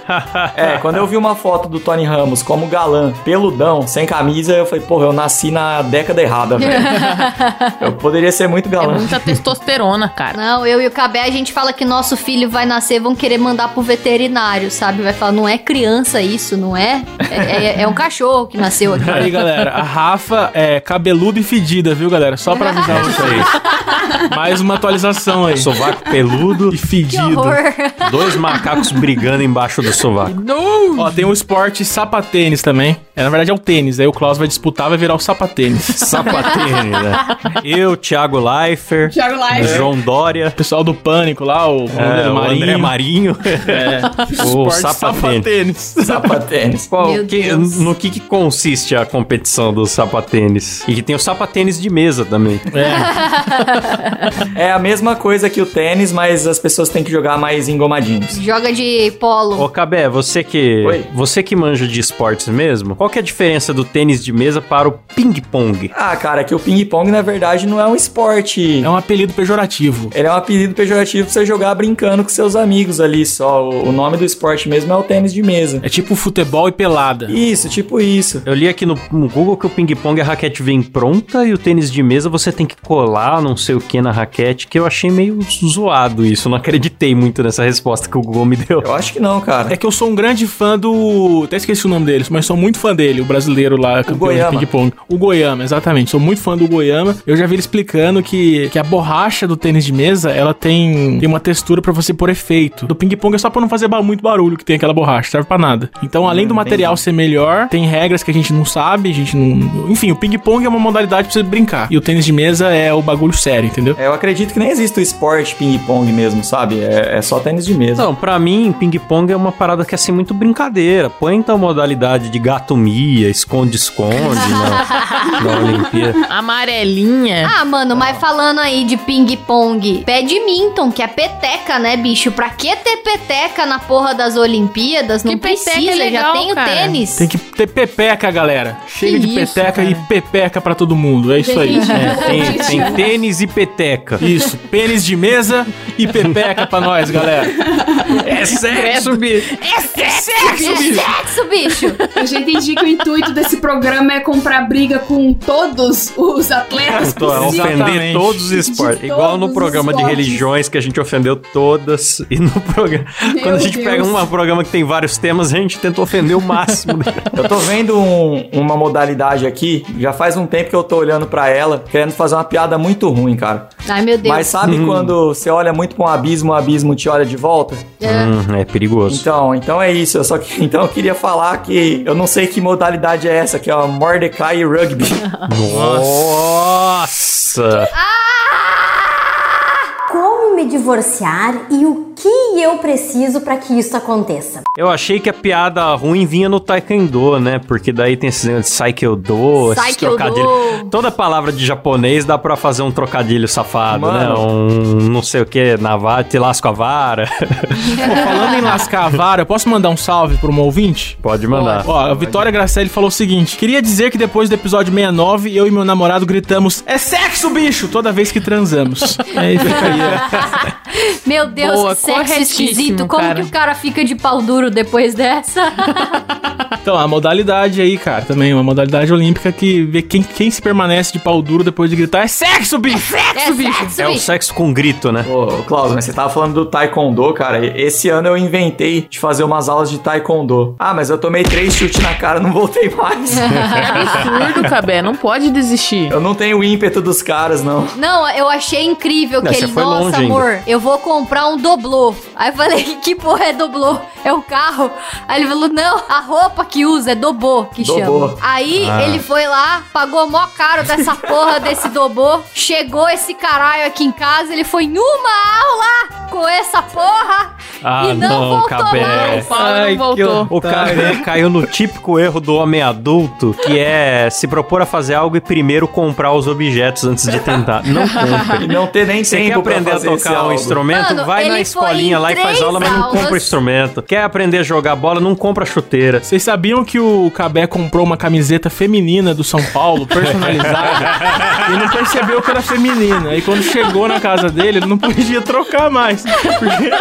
Speaker 2: É, quando eu vi uma foto do Tony Ramos como galã, peludão, sem camisa, eu falei, porra, eu nasci na década errada, velho. eu poderia ser muito
Speaker 7: É
Speaker 2: galã.
Speaker 7: muita testosterona, cara.
Speaker 5: Não, eu e o Cabé, a gente fala que nosso filho vai nascer, vão querer mandar pro veterinário, sabe? Vai falar, não é criança isso, não é? É, é- é um cachorro que nasceu aqui.
Speaker 6: Aí, galera, a Rafa é cabeluda e fedida, viu, galera? Só pra avisar vocês. Mais uma atualização aí.
Speaker 1: Sovaco peludo
Speaker 6: E
Speaker 5: Que
Speaker 6: fedido.
Speaker 5: horror.
Speaker 1: Dois macacos brigando embaixo do sovaco.
Speaker 6: Ó, tem o esporte sapatênis também. É, na verdade é o tênis. Aí o Klaus vai disputar, vai virar o sapatênis.
Speaker 1: Sapatênis, né? Eu, Thiago Leifert,
Speaker 3: Thiago Live.
Speaker 1: João Dória,
Speaker 6: O pessoal do Pânico lá, o André
Speaker 1: é, o
Speaker 6: Marinho. É,
Speaker 1: André Marinho, o
Speaker 6: Esporte
Speaker 1: Sapatênis.
Speaker 2: Sapatênis.
Speaker 1: Qual-
Speaker 5: Meu
Speaker 1: que-
Speaker 5: Deus.
Speaker 1: no que, que consiste a competição do sapatênis? E que tem o sapatênis de mesa também.
Speaker 6: É,
Speaker 2: É a mesma coisa que o tênis, mas as pessoas têm que jogar mais engomadinhos.
Speaker 5: Joga de polo.
Speaker 1: Ô, Cabé, você que
Speaker 2: Oi.
Speaker 1: você que manja de esportes mesmo, qual que é a diferença do tênis de mesa para o ping-pong?
Speaker 2: Ah, cara, que o ping-pong, na verdade, não é um esporte.
Speaker 6: é um apelido pejorativo.
Speaker 2: Ele é um apelido pejorativo pra você jogar brincando com seus amigos ali só. O o nome do esporte mesmo é o tênis de mesa.
Speaker 6: É tipo futebol e pelada.
Speaker 2: Isso, tipo isso.
Speaker 1: Eu li aqui no, no Google que o ping-pong a raquete vem pronta e o tênis de mesa você tem que colar não sei o que na raquete, que eu achei meio zoado isso. Não acreditei muito nessa resposta que o Google me deu.
Speaker 2: Eu acho que não, cara.
Speaker 6: É que eu sou um grande fã do. Até esqueci o nome deles, mas sou muito fã dele, o brasileiro lá, campeão de
Speaker 2: Goiama.
Speaker 6: ping-pong. O Goiama, exatamente. Sou muito fã do Goiama. Eu já vi ele explicando que, que a borracha do tênis de mesa, ela tem, tem uma textura pra você pôr efeito. Do ping-pong é só pra não fazer ba- muito barulho que tem aquela borracha, serve pra nada. Então, além do material ser melhor, tem regras que a gente não sabe, a gente não. Enfim, o ping-pong é uma modalidade pra você brincar. E o tênis de mesa é o bagulho sério, entendeu?
Speaker 2: É, eu acredito que nem existe o esporte ping-pong mesmo, sabe? É, é só tênis de mesa.
Speaker 1: Não, Então, pra mim, ping-pong é uma parada que é assim muito brincadeira. Põe então a modalidade de né? gatomia, esconde-esconde na, na Olimpíada.
Speaker 7: Amarelinha.
Speaker 5: Ah, mano, mas falando aí de ping-pong, badminton, que é peteca, né, bicho? Pra que ter peteca na porra das Olimpíadas? Não
Speaker 7: Que peteca
Speaker 5: precisa,
Speaker 7: é legal,
Speaker 5: já tem
Speaker 7: cara.
Speaker 5: o tênis.
Speaker 6: Tem que ter pepeca, galera. Chega de
Speaker 7: isso,
Speaker 6: peteca
Speaker 7: cara.
Speaker 6: e pepeca pra todo mundo. É isso aí.
Speaker 3: Gente,
Speaker 1: É, tem, tem tênis e peteca.
Speaker 6: Isso, pênis de mesa e pepeca pra nós, galera.
Speaker 1: É sexo, bicho.
Speaker 5: sexo, bicho! É Sexo, bicho!
Speaker 3: Eu já entendi que o intuito desse programa é comprar briga com todos os atletas
Speaker 1: Tô é um a
Speaker 6: Sim.
Speaker 3: possíveis.
Speaker 1: ofender
Speaker 6: Exatamente.
Speaker 1: todos os esportes.
Speaker 3: De
Speaker 1: Igual
Speaker 3: todos
Speaker 1: no
Speaker 3: os
Speaker 1: programa de
Speaker 3: esportes.
Speaker 1: religiões que a gente ofendeu todas. E no programa.
Speaker 3: Meu
Speaker 1: Quando a gente
Speaker 3: Deus.
Speaker 1: pega um programa que tem vários temas, a gente tenta ofender o máximo.
Speaker 2: Eu Eu tô vendo um- uma modalidade aqui, já faz um tempo que eu tô olhando pra ela, querendo fazer uma piada muito ruim, cara.
Speaker 5: Ai, meu Deus.
Speaker 2: Mas sabe quando você olha muito pra um abismo, o abismo te olha de volta?
Speaker 5: É.
Speaker 1: Hum, é perigoso.
Speaker 2: Então, então é isso. Eu só que, então eu queria falar que eu não sei que modalidade é essa, que é o Mordecai e Rugby.
Speaker 1: Então, Nossa!
Speaker 9: Como me divorciar e o que eu preciso para que isso aconteça?
Speaker 1: Eu achei que a piada ruim vinha no Taekwondo, né? Porque daí tem esses negócios de Saikyodo, esses
Speaker 5: Saikyodo.
Speaker 1: trocadilhos. Toda palavra de japonês dá pra fazer um trocadilho safado, né?
Speaker 2: Mano.
Speaker 1: Um não sei o que, na vara, te lasco a vara.
Speaker 6: Falando em lascar a vara, eu posso mandar um salve pra um ouvinte?
Speaker 1: Pode mandar.
Speaker 6: Ó, a Vitória Gracelli falou o seguinte: Queria dizer que depois do episódio 69, eu e meu namorado gritamos: É sexo, bicho! toda vez que transamos. Aí fica aí.
Speaker 5: Meu Deus,
Speaker 7: Boa,
Speaker 5: que sexo
Speaker 7: corretíssimo,
Speaker 5: esquisito. Como
Speaker 7: cara.
Speaker 5: que o cara fica de pau duro depois dessa?
Speaker 6: Então, a modalidade aí, cara, também, uma modalidade olímpica que vê quem, quem se permanece de pau duro depois de gritar: É sexo, bicho!
Speaker 5: é sexo,
Speaker 1: é o
Speaker 7: um
Speaker 5: bicho.
Speaker 1: sexo com grito, né?
Speaker 2: Ô, ô, Klaus, mas você tava falando do Taekwondo, cara. E- Esse ano eu inventei de fazer umas aulas de Taekwondo. Ah, mas eu tomei três chutes na cara, não voltei mais.
Speaker 7: Absurdo, Cabé. Não pode desistir.
Speaker 2: eu não tenho o ímpeto dos caras, não.
Speaker 5: Não, eu achei incrível
Speaker 1: Não,
Speaker 5: que
Speaker 1: você
Speaker 5: ele,
Speaker 1: foi
Speaker 5: nossa,
Speaker 1: longe ainda."
Speaker 5: amor, eu vou comprar um doblô. Aí eu falei, que porra é doblô? É o carro? Aí ele falou, não, a roupa que usa é dobô, que
Speaker 2: Dobô.
Speaker 5: chama. Aí
Speaker 1: Ah.
Speaker 5: ele foi lá, pagou mó caro dessa porra desse dobô, chegou esse caralho aqui em casa, ele foi numa aula com essa porra
Speaker 1: Ah,
Speaker 5: e não,
Speaker 1: não,
Speaker 5: voltou
Speaker 1: Cabé.
Speaker 5: mais.
Speaker 7: Paulo não voltou.
Speaker 1: O
Speaker 2: Tá.
Speaker 1: cara caiu no típico erro do homem adulto, que é se propor a fazer algo e primeiro comprar os objetos antes de tentar. Não compre.
Speaker 2: E não ter nem
Speaker 1: Você quer
Speaker 2: tempo pra
Speaker 1: aprender a
Speaker 2: fazer esse
Speaker 1: tocar um
Speaker 2: algo.
Speaker 1: instrumento?
Speaker 5: Mano,
Speaker 1: Vai
Speaker 5: ele
Speaker 1: na
Speaker 5: foi
Speaker 1: escolinha
Speaker 5: em
Speaker 1: lá e faz
Speaker 5: três
Speaker 1: aula, mas não
Speaker 5: aulas.
Speaker 1: compra o instrumento. Quer aprender a jogar bola? Não compra chuteira.
Speaker 6: Vocês sabiam que o Cabé comprou uma camiseta feminina do São Paulo, personalizada, e não percebeu que era feminina. E quando chegou na casa dele, ele não podia trocar mais,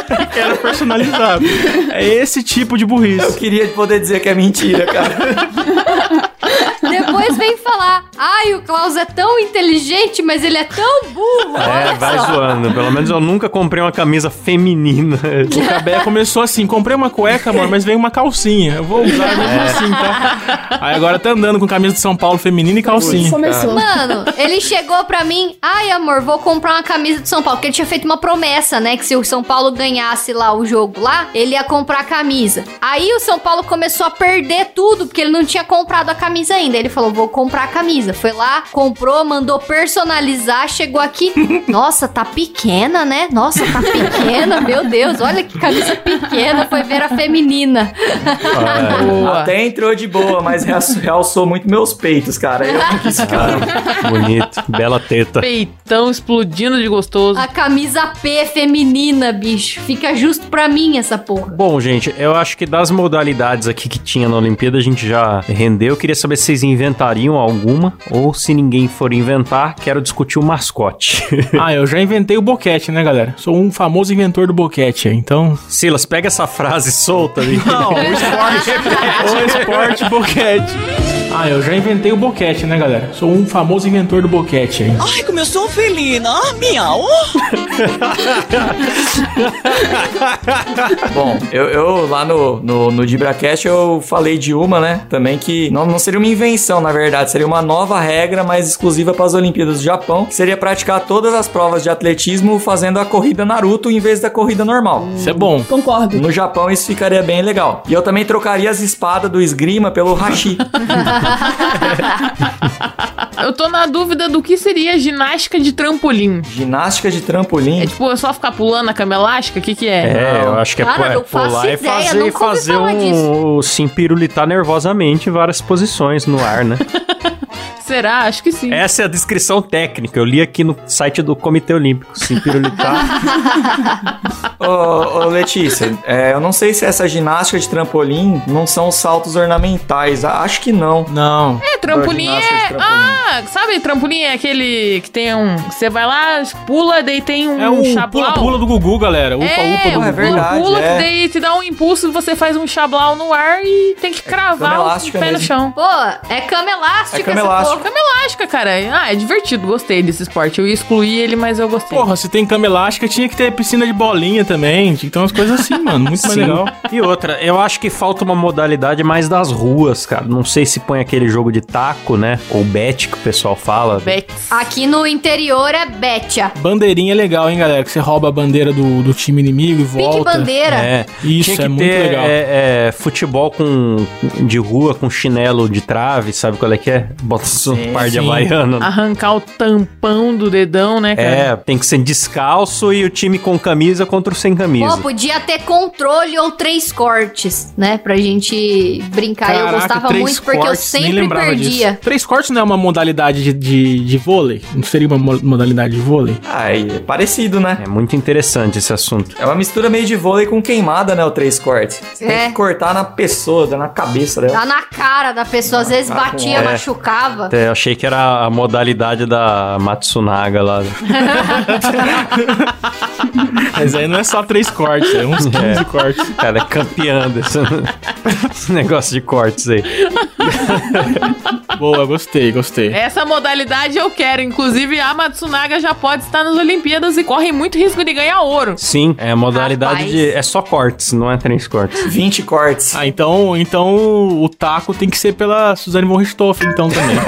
Speaker 6: porque era personalizado. É esse tipo de
Speaker 2: Eu
Speaker 6: burrice.
Speaker 2: queria poder dizer que é mentira, cara.
Speaker 5: Depois vem falar, ai, o Klaus é tão inteligente, mas ele é tão burro.
Speaker 1: É,
Speaker 5: olha
Speaker 1: vai
Speaker 5: só.
Speaker 1: zoando. Pelo menos eu nunca comprei uma camisa feminina.
Speaker 6: O Cabé começou assim, comprei uma cueca, amor, mas veio uma calcinha. Eu vou usar mesmo assim, tá? Aí agora tá andando com camisa de São Paulo feminina e calcinha.
Speaker 3: Começou.
Speaker 5: Mano, ele chegou pra mim, ai amor, vou comprar uma camisa do São Paulo, porque ele tinha feito uma promessa, né, que se o São Paulo ganhasse lá o jogo lá, ele ia comprar a camisa. Aí o São Paulo começou a perder tudo, porque ele não tinha comprado a camisa ainda. Ele falou, vou comprar a camisa. Foi lá, comprou, mandou personalizar, chegou aqui, nossa, tá pequena, né? Nossa, tá pequena, meu Deus, olha que camisa pequena, foi ver a feminina.
Speaker 7: Boa.
Speaker 2: Até entrou de boa, mas realçou- realçou muito meus peitos, cara. Eu não quis ficar.
Speaker 1: Bonito. Bela teta.
Speaker 7: Peitão explodindo de gostoso.
Speaker 5: A camisa P feminina, bicho. Fica justo pra mim essa porra.
Speaker 1: Bom, gente, eu acho que das modalidades aqui que tinha na Olimpíada, a gente já rendeu. Eu queria saber se vocês inventariam alguma, ou se ninguém for inventar, quero discutir o mascote.
Speaker 6: Ah, eu já inventei o boquete, né, galera? Sou um famoso inventor do boquete, então...
Speaker 1: Silas, pega essa frase solta ali.
Speaker 6: Não, o esporte. o esporte boquete. Ah, eu já inventei o boquete, né, galera? Sou um famoso inventor do boquete, hein?
Speaker 10: Ai, como eu sou felina! Ah, miau!
Speaker 2: Bom, eu, eu lá no, no, no DibraCast eu falei de uma, né? Também que não, não seria uma invenção, na verdade, seria uma nova regra, mas exclusiva para as Olimpíadas do Japão, que seria praticar todas as provas de atletismo fazendo a corrida Naruto em vez da corrida normal.
Speaker 6: Isso é bom.
Speaker 3: Concordo.
Speaker 2: No Japão isso ficaria bem legal. E eu também trocaria as espadas do esgrima pelo hashi.
Speaker 7: Eu tô na dúvida do que seria ginástica de trampolim.
Speaker 2: Ginástica de
Speaker 7: É
Speaker 2: trampolim.
Speaker 7: tipo, é só ficar pulando a cama elástica? O que que é?
Speaker 1: É, eu acho que é
Speaker 5: Cara,
Speaker 1: pu- é
Speaker 5: não faço
Speaker 1: pular e
Speaker 5: ideia,
Speaker 1: fazer,
Speaker 5: nunca ouvi
Speaker 1: fazer
Speaker 5: falar
Speaker 1: um. Sim, pirulitar nervosamente em várias posições no ar, né?
Speaker 7: Será? Acho que sim.
Speaker 1: Essa é a descrição técnica. Eu li aqui no site do Comitê Olímpico. Sim, pirulitar.
Speaker 2: Ô, ô Letícia, é, eu não sei se essa ginástica de trampolim não são saltos ornamentais. A- Acho que não.
Speaker 6: Não.
Speaker 7: É, trampolim
Speaker 2: Ginástica de
Speaker 7: é.
Speaker 2: trampolim.
Speaker 7: Ah, sabe, trampolim é aquele que tem um. que Você vai lá, pula, daí tem um
Speaker 6: É o
Speaker 7: chablau.
Speaker 6: pula-pula do Gugu, galera. Upa,
Speaker 7: é,
Speaker 6: upa do
Speaker 2: é
Speaker 6: Gugu.
Speaker 2: verdade,
Speaker 7: pula,
Speaker 2: é.
Speaker 7: daí te dá um impulso, você faz um chablau no ar e tem que cravar o
Speaker 2: elástica
Speaker 7: pé no
Speaker 2: mesmo.
Speaker 7: chão.
Speaker 5: Pô, é cama elástica
Speaker 2: É cama
Speaker 5: essa
Speaker 2: elástica,
Speaker 7: Cama elástica, cara. Ah, é divertido. Gostei desse esporte. Eu ia excluir ele, mas eu gostei.
Speaker 6: Porra, se tem cama elástica, tinha que ter piscina de bolinha também. Tinha que ter umas coisas assim, mano. Muito mais
Speaker 1: Sim.
Speaker 6: legal.
Speaker 1: E outra, eu acho que falta uma modalidade mais das ruas, cara. Não sei se põe aquele jogo de taco, né? Ou bet que o pessoal fala.
Speaker 7: Bex.
Speaker 5: Aqui no interior é Betia.
Speaker 6: Bandeirinha é legal, hein, galera? Que você rouba a bandeira do, do time inimigo e
Speaker 5: Pique
Speaker 6: volta.
Speaker 5: bandeira.
Speaker 1: É,
Speaker 6: Isso,
Speaker 1: tinha que
Speaker 6: é muito
Speaker 1: ter,
Speaker 6: legal.
Speaker 1: É, é, futebol com, de rua, com chinelo de trave, sabe qual é que é? Bota um par de
Speaker 6: sim.
Speaker 1: havaiano.
Speaker 7: Arrancar o tampão do dedão, né, cara?
Speaker 1: É, tem que ser descalço e o time com camisa contra o sem camisa.
Speaker 5: Pô, podia ter controle ou três cortes, né? Pra gente brincar. eu
Speaker 6: Caraca,
Speaker 5: gostava
Speaker 6: três
Speaker 5: muito porque eu
Speaker 6: cortes, nem
Speaker 5: sempre
Speaker 6: lembrava
Speaker 5: perdia.
Speaker 6: disso. Três cortes não é uma modalidade de, de, de vôlei? Não seria uma mo- modalidade de vôlei?
Speaker 2: Ah, e é parecido, né?
Speaker 1: É muito interessante esse assunto.
Speaker 2: É uma mistura meio de vôlei com queimada, né? O três cortes. Você
Speaker 5: É.
Speaker 2: tem que cortar na pessoa, na cabeça né? dela.
Speaker 5: Tá na cara da pessoa, às vezes
Speaker 2: tá com-
Speaker 5: batia,
Speaker 1: é.
Speaker 5: machucava.
Speaker 1: Até achei que era a modalidade da Matsunaga lá.
Speaker 6: Mas aí não é só três cortes, é uns 15
Speaker 1: É.
Speaker 6: cortes.
Speaker 1: Cara, é campeã desse, esse negócio de cortes aí.
Speaker 6: Boa, gostei, gostei.
Speaker 7: Essa modalidade eu quero. Inclusive, a Matsunaga já pode estar nas Olimpíadas e corre muito risco de ganhar ouro.
Speaker 1: Sim, é modalidade
Speaker 5: Rapaz.
Speaker 1: de. É só cortes, não é três cortes.
Speaker 2: 20 cortes.
Speaker 6: Ah, então, então o taco tem que ser pela Suzane von Richthofen, então, também.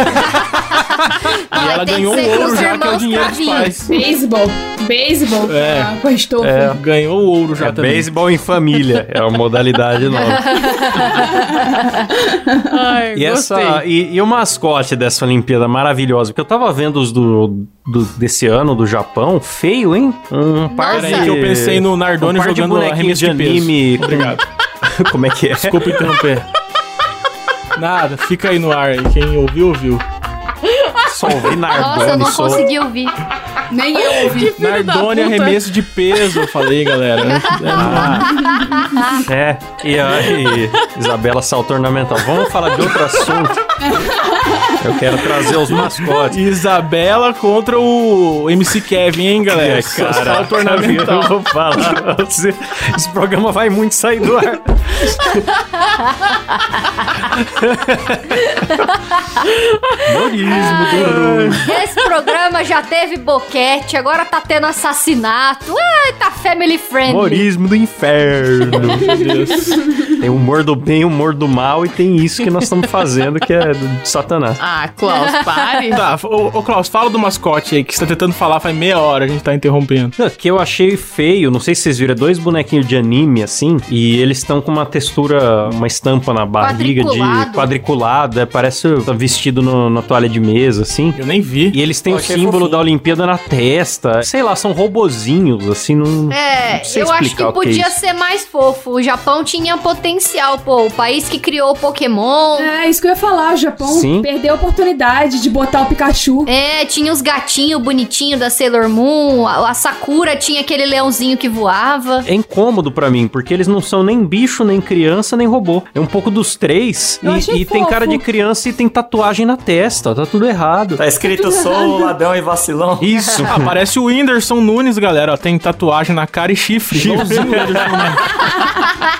Speaker 5: Não,
Speaker 6: e ela
Speaker 5: Ah, tem que
Speaker 6: ganhou
Speaker 5: ser
Speaker 6: o
Speaker 5: com
Speaker 6: ouro
Speaker 5: os
Speaker 6: já, que é o
Speaker 5: irmãos
Speaker 6: dinheiro dos
Speaker 5: Travinho.
Speaker 6: pais.
Speaker 3: Beisebol. Beisebol.
Speaker 6: É.
Speaker 3: Ah, com a estofa.
Speaker 6: Ganhou o ouro já
Speaker 1: é
Speaker 6: também.
Speaker 1: beisebol em família, é uma modalidade nova.
Speaker 7: Ai,
Speaker 1: E,
Speaker 7: gostei.
Speaker 1: essa, e, e o mascote dessa Olimpíada maravilhosa, porque eu tava vendo os do, do- desse ano do Japão, feio, hein? Um par
Speaker 5: Nossa.
Speaker 1: de...
Speaker 5: Peraí
Speaker 6: que eu pensei no Nardone
Speaker 1: um par de
Speaker 6: jogando
Speaker 1: bonequinho
Speaker 6: arremesso
Speaker 1: de
Speaker 6: de peso.
Speaker 1: anime. com-
Speaker 6: Obrigado.
Speaker 1: Como é que é?
Speaker 6: Desculpa interromper. Nada, fica aí no ar aí. Quem ouviu, ouviu.
Speaker 1: Só ouvi
Speaker 5: Nossa, eu
Speaker 1: Nardone.
Speaker 5: não
Speaker 1: só.
Speaker 5: consegui ouvir.
Speaker 3: Nem eu ouvi.
Speaker 7: Filho da
Speaker 6: Nardone
Speaker 7: puta.
Speaker 6: arremesso de peso, eu falei, galera.
Speaker 1: É, e aí, Isabela salto ornamental. Vamos falar de outro assunto. Eu quero trazer os mascotes.
Speaker 6: Isabela contra o MC Kevin, hein, galera? Assalto ornamental.
Speaker 1: Eu vou falar. pra você. Esse programa vai muito sair do ar. Humorismo
Speaker 5: Esse programa já teve boquete, agora tá tendo assassinato. Ai, tá family
Speaker 1: do
Speaker 5: friendly.
Speaker 1: humorismo do inferno.
Speaker 6: Meu Deus.
Speaker 1: Tem humor do bem, humor do mal e tem isso que nós estamos fazendo que é do Satanás.
Speaker 7: Ah, Klaus, pare.
Speaker 6: Tá, ô, ô, Klaus, fala do mascote aí que você tá tentando falar faz meia hora, a gente tá interrompendo.
Speaker 1: Não, Que eu achei feio, não sei se vocês viram, é dois bonequinhos de anime assim, e eles estão com uma textura, uma estampa na barriga de
Speaker 5: Quadriculado.
Speaker 1: quadriculado, é, parece tá vestido no- na toalha de mesa assim.
Speaker 6: Eu nem vi.
Speaker 1: E eles têm
Speaker 2: Eu
Speaker 1: o
Speaker 2: achei
Speaker 1: símbolo
Speaker 2: fofinho.
Speaker 1: da Olimpíada na testa. Sei lá, são robozinhos, assim, não.
Speaker 5: É,
Speaker 1: Não sei
Speaker 5: eu acho
Speaker 1: explicar
Speaker 5: que
Speaker 1: o que é
Speaker 5: podia
Speaker 1: isso.
Speaker 5: ser mais fofo. O Japão tinha potencial, pô. O país que criou o Pokémon.
Speaker 3: É, isso que eu ia falar. O Japão
Speaker 1: Sim.
Speaker 3: perdeu a oportunidade de botar o Pikachu.
Speaker 5: É, tinha os gatinhos bonitinhos da Sailor Moon. A, a Sakura tinha aquele leãozinho que voava.
Speaker 1: É incômodo pra mim, porque eles não são nem bicho, nem criança, nem robô. É um pouco dos três.
Speaker 3: Eu
Speaker 1: e
Speaker 3: achei
Speaker 1: e tem
Speaker 3: fofo.
Speaker 1: cara de criança e tem tatuagem na testa. Tá tudo errado.
Speaker 2: Tá escrito sou ladrão e vacilão.
Speaker 1: Isso.
Speaker 6: Ah, parece o Whindersson Nunes, galera. ó, Tem tatuagem na cara e chifre. Igualzinho o Whindersson Nunes.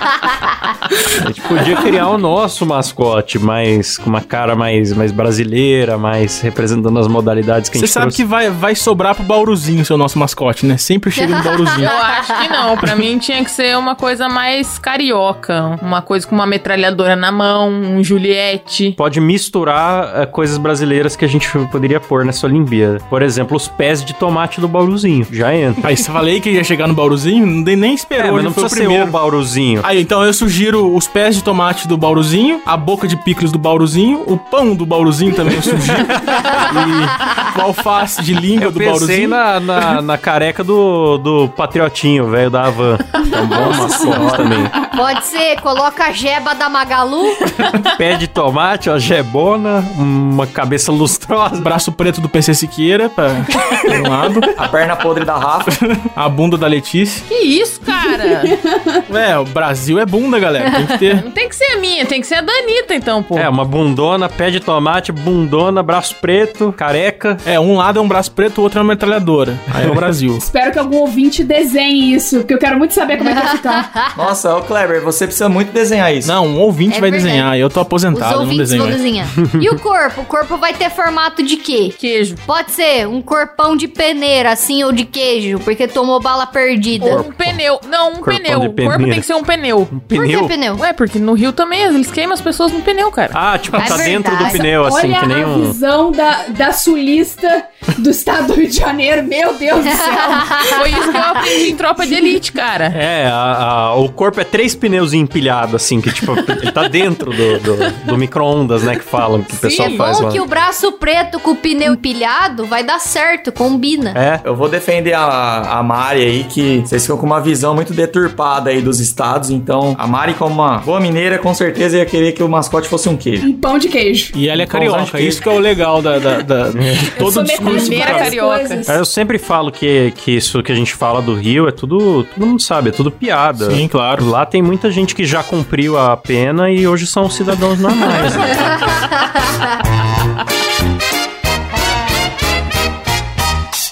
Speaker 1: A gente podia criar o nosso mascote, mas com uma cara mais, mais brasileira, mais representando as modalidades que a
Speaker 6: Você
Speaker 1: gente
Speaker 6: sabe que vai, vai sobrar pro Bauruzinho, seu nosso mascote, né? Sempre chega no Bauruzinho.
Speaker 7: Eu acho que não. Pra mim tinha que ser uma coisa mais carioca. Uma coisa com uma metralhadora na mão, um Juliette.
Speaker 1: pode misturar eh, coisas brasileiras que a gente poderia pôr nessa Olimpíada. Por exemplo, os pés de tomate do Bauruzinho. Já entra.
Speaker 6: Aí você falei que ia chegar no Bauruzinho, nem, nem esperou,
Speaker 1: É, mas
Speaker 6: ele
Speaker 1: não
Speaker 6: foi o
Speaker 1: precisa ser o
Speaker 6: primeiro.
Speaker 1: Bauruzinho.
Speaker 6: Aí, então eu sugiro os pés de tomate do Bauruzinho, a boca de picles do Bauruzinho, o pão do Bauruzinho também eu sugiro. e o alface de língua
Speaker 1: Eu
Speaker 6: do
Speaker 1: pensei
Speaker 6: Bauruzinho.
Speaker 1: na, na, na careca do, do Patriotinho, velho, da Havan. É um bom mascote também.
Speaker 5: Pode ser, coloca a jeba da Magalu.
Speaker 1: Pé de tomate, uma gebona, uma cabeça lustrosa.
Speaker 6: Braço preto do PC Siqueira, pra pra um lado.
Speaker 2: A perna podre da Rafa.
Speaker 6: A bunda da Letícia.
Speaker 7: Que isso, cara?
Speaker 6: É, o Brasil é bunda, galera. Tem que ter.
Speaker 7: Não tem que ser a minha, tem que ser a da Anitta, então, pô.
Speaker 1: É, uma bundona, pé de tomate, bundona, braço preto, careca.
Speaker 6: É, um lado é um braço preto, o outro é uma metralhadora. Aí é o Brasil.
Speaker 3: Espero que algum ouvinte desenhe isso, porque eu quero muito saber como é que vai ficar.
Speaker 2: Nossa, ô Kleber, Kleber, você precisa muito desenhar isso.
Speaker 6: Não, um ouvinte
Speaker 5: É
Speaker 6: vai
Speaker 5: verdade.
Speaker 6: desenhar. Eu tô
Speaker 5: Os
Speaker 6: aposentado, eu não
Speaker 5: ouvintes
Speaker 6: desenho. né?
Speaker 5: vão
Speaker 6: mais.
Speaker 5: desenhar. E o corpo? O corpo vai ter formato de quê?
Speaker 7: Queijo.
Speaker 5: Pode ser um corpão de peneira, assim, ou de queijo, porque tomou bala perdida.
Speaker 7: Ou um pneu. Não, um
Speaker 1: Corpão
Speaker 7: pneu.
Speaker 1: de
Speaker 7: O corpo
Speaker 1: peneira.
Speaker 7: tem que ser um pneu.
Speaker 5: Por que
Speaker 1: Pneu?
Speaker 5: pneu?
Speaker 7: Ué, porque no Rio também eles queimam as pessoas no pneu, cara.
Speaker 1: Ah, tipo,
Speaker 5: É
Speaker 1: tá dentro do
Speaker 5: verdade.
Speaker 1: pneu, assim,
Speaker 3: Olha
Speaker 1: que nem
Speaker 3: a
Speaker 1: um.
Speaker 3: visão da, da sulista do estado do Rio de Janeiro, meu Deus do céu.
Speaker 7: Foi isso que eu aprendi em tropa de elite, cara.
Speaker 1: É, a- a- o corpo é três pneus empilhados, assim, que tipo, ele tá dentro do, do, do micro-ondas, né, que falam, que o pessoal
Speaker 5: é
Speaker 1: faz
Speaker 5: bom
Speaker 1: lá.
Speaker 5: que o braço preto com o pneu empilhado vai dar certo, combina.
Speaker 1: É,
Speaker 2: Eu vou defender a, a Mari aí, que vocês ficam com uma visão muito deturpada aí dos estados. Então, a Mari, como uma boa mineira, com certeza ia querer que o mascote fosse um queijo.
Speaker 3: Um pão de queijo.
Speaker 6: E ela é
Speaker 2: Um pãozão de
Speaker 6: carioca,
Speaker 2: queijo.
Speaker 6: isso que é o legal da, da- da- de
Speaker 3: Eu
Speaker 6: todo
Speaker 3: sou
Speaker 6: o discurso.
Speaker 3: metade
Speaker 6: do
Speaker 7: Mineira
Speaker 6: cara.
Speaker 3: várias
Speaker 7: carioca.
Speaker 3: coisas.
Speaker 1: eu sempre falo que, que isso que a gente fala do Rio é tudo, todo mundo sabe, é tudo piada.
Speaker 6: Sim, claro.
Speaker 1: Lá tem muita gente que já cumpriu a pena e hoje são cidadãos normais. né?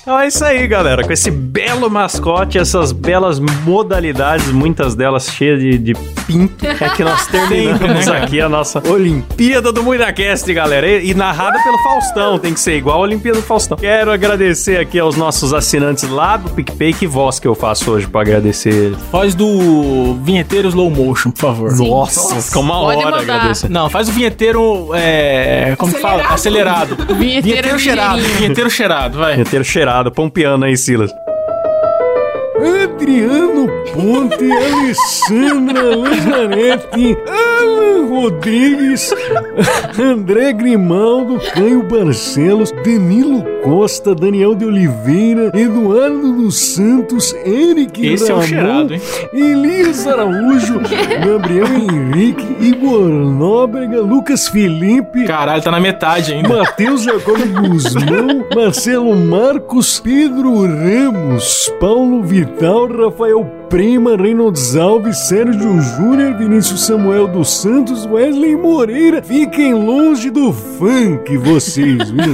Speaker 1: Então é isso aí, galera. Com esse belo mascote, essas belas modalidades, muitas delas cheias de, de pinto, é que nós terminamos aqui a nossa Olimpíada do MuidaCast, galera. E, e narrada pelo Faustão, tem que ser igual a Olimpíada do Faustão. Quero agradecer aqui aos nossos assinantes lá do PicPay. Que voz que eu faço hoje pra agradecer eles?
Speaker 6: Faz do vinheteiro slow motion, por favor.
Speaker 1: Nossa, fica uma
Speaker 7: Pode
Speaker 1: hora
Speaker 7: mandar.
Speaker 1: agradecendo.
Speaker 6: Não, faz o vinheteiro. É, como que fala? Acelerado.
Speaker 7: Vinheteiro
Speaker 6: cheirado.
Speaker 7: ligeirinho.
Speaker 6: Vinheteiro cheirado, vai.
Speaker 1: Vinheteiro cheirado, põe um piano aí, Silas.
Speaker 11: Adriano Ponte, Alessandra Lanzaretti, Alan Rodrigues, André Grimaldo, Caio Barcelos, Danilo Costa, Daniel de Oliveira, Eduardo dos Santos, Eric
Speaker 6: Esse é
Speaker 1: um
Speaker 6: o
Speaker 11: Ramon,
Speaker 6: cheirado, hein?
Speaker 11: Elias Araújo, Gabriel Henrique, Igor Nóbrega, Lucas Felipe,
Speaker 6: Caralho, tá na metade ainda.
Speaker 11: Matheus Jacob é Guzmão, Marcelo Marcos, Pedro Ramos, Paulo Vital, Rafael Prima, Reynolds Alves, Sérgio Júnior, Vinícius Samuel dos Santos, Wesley Moreira. Fiquem longe do funk, vocês, viu?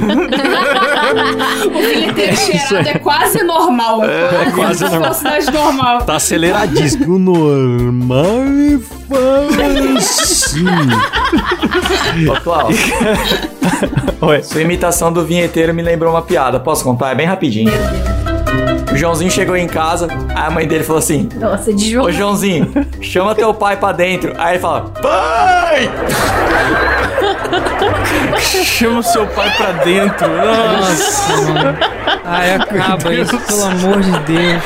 Speaker 3: O fileteiro cheirado é quase normal. É,
Speaker 1: quase normal.
Speaker 3: como Se fosse uma cidade normal.
Speaker 1: Tá acelerado.
Speaker 11: Diz que o normal é fácil.
Speaker 2: Ô, Cláudio,
Speaker 1: Oi.
Speaker 2: sua imitação do vinheteiro me lembrou uma piada. Posso contar? É bem rapidinho. O Joãozinho chegou em casa, aí a mãe dele falou assim:
Speaker 5: Nossa, de jogo.
Speaker 2: Ô Joãozinho, chama teu pai pra dentro. Aí ele fala: Pai!
Speaker 6: Chama o seu pai pra dentro. Nossa.
Speaker 4: Ai, acaba Ah, isso, pelo amor de Deus.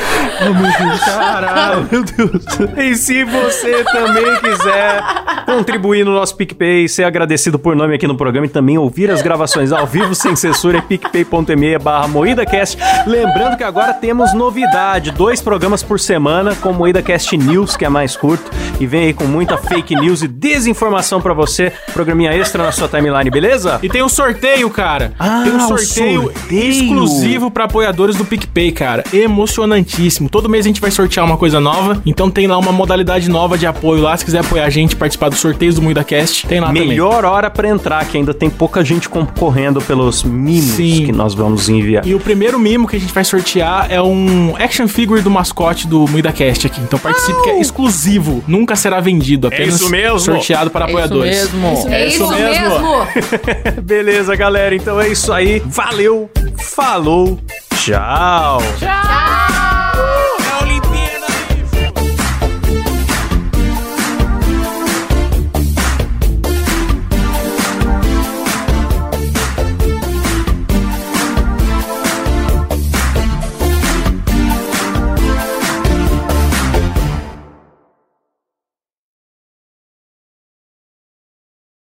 Speaker 1: Caralho, meu Deus. E se você também quiser contribuir no nosso PicPay, ser agradecido por nome aqui no programa e também ouvir as gravações ao vivo sem censura é picpay.me barra MoídaCast. Lembrando que agora temos novidade, dois programas por semana com MoídaCast News, que é mais curto, e vem aí com muita fake news e desinformação pra você. Programinha extra na sua timeline, beleza?
Speaker 6: E tem um sorteio, cara.
Speaker 1: Ah,
Speaker 6: tem um
Speaker 1: o
Speaker 6: sorteio,
Speaker 1: sorteio.
Speaker 6: exclusivo pra apoiadores do PicPay, cara. Emocionantíssimo. Todo mês a gente vai sortear uma coisa nova. Então tem lá uma modalidade nova de apoio lá. Se quiser apoiar a gente, participar dos sorteios do MuidaCast, tem lá
Speaker 1: Melhor hora pra entrar, que ainda tem pouca gente concorrendo pelos mimos
Speaker 6: Sim.
Speaker 1: que nós vamos enviar.
Speaker 6: também. E o primeiro mimo que a gente vai sortear é um action figure do mascote do MuidaCast aqui. Então participe, que é exclusivo. Nunca será vendido. Apenas
Speaker 1: isso mesmo.
Speaker 6: sorteado para
Speaker 7: É isso
Speaker 6: apoiadores.
Speaker 7: mesmo.
Speaker 5: É isso mesmo.
Speaker 1: Beleza, galera. Então é isso aí. Valeu, falou, tchau.
Speaker 5: Tchau.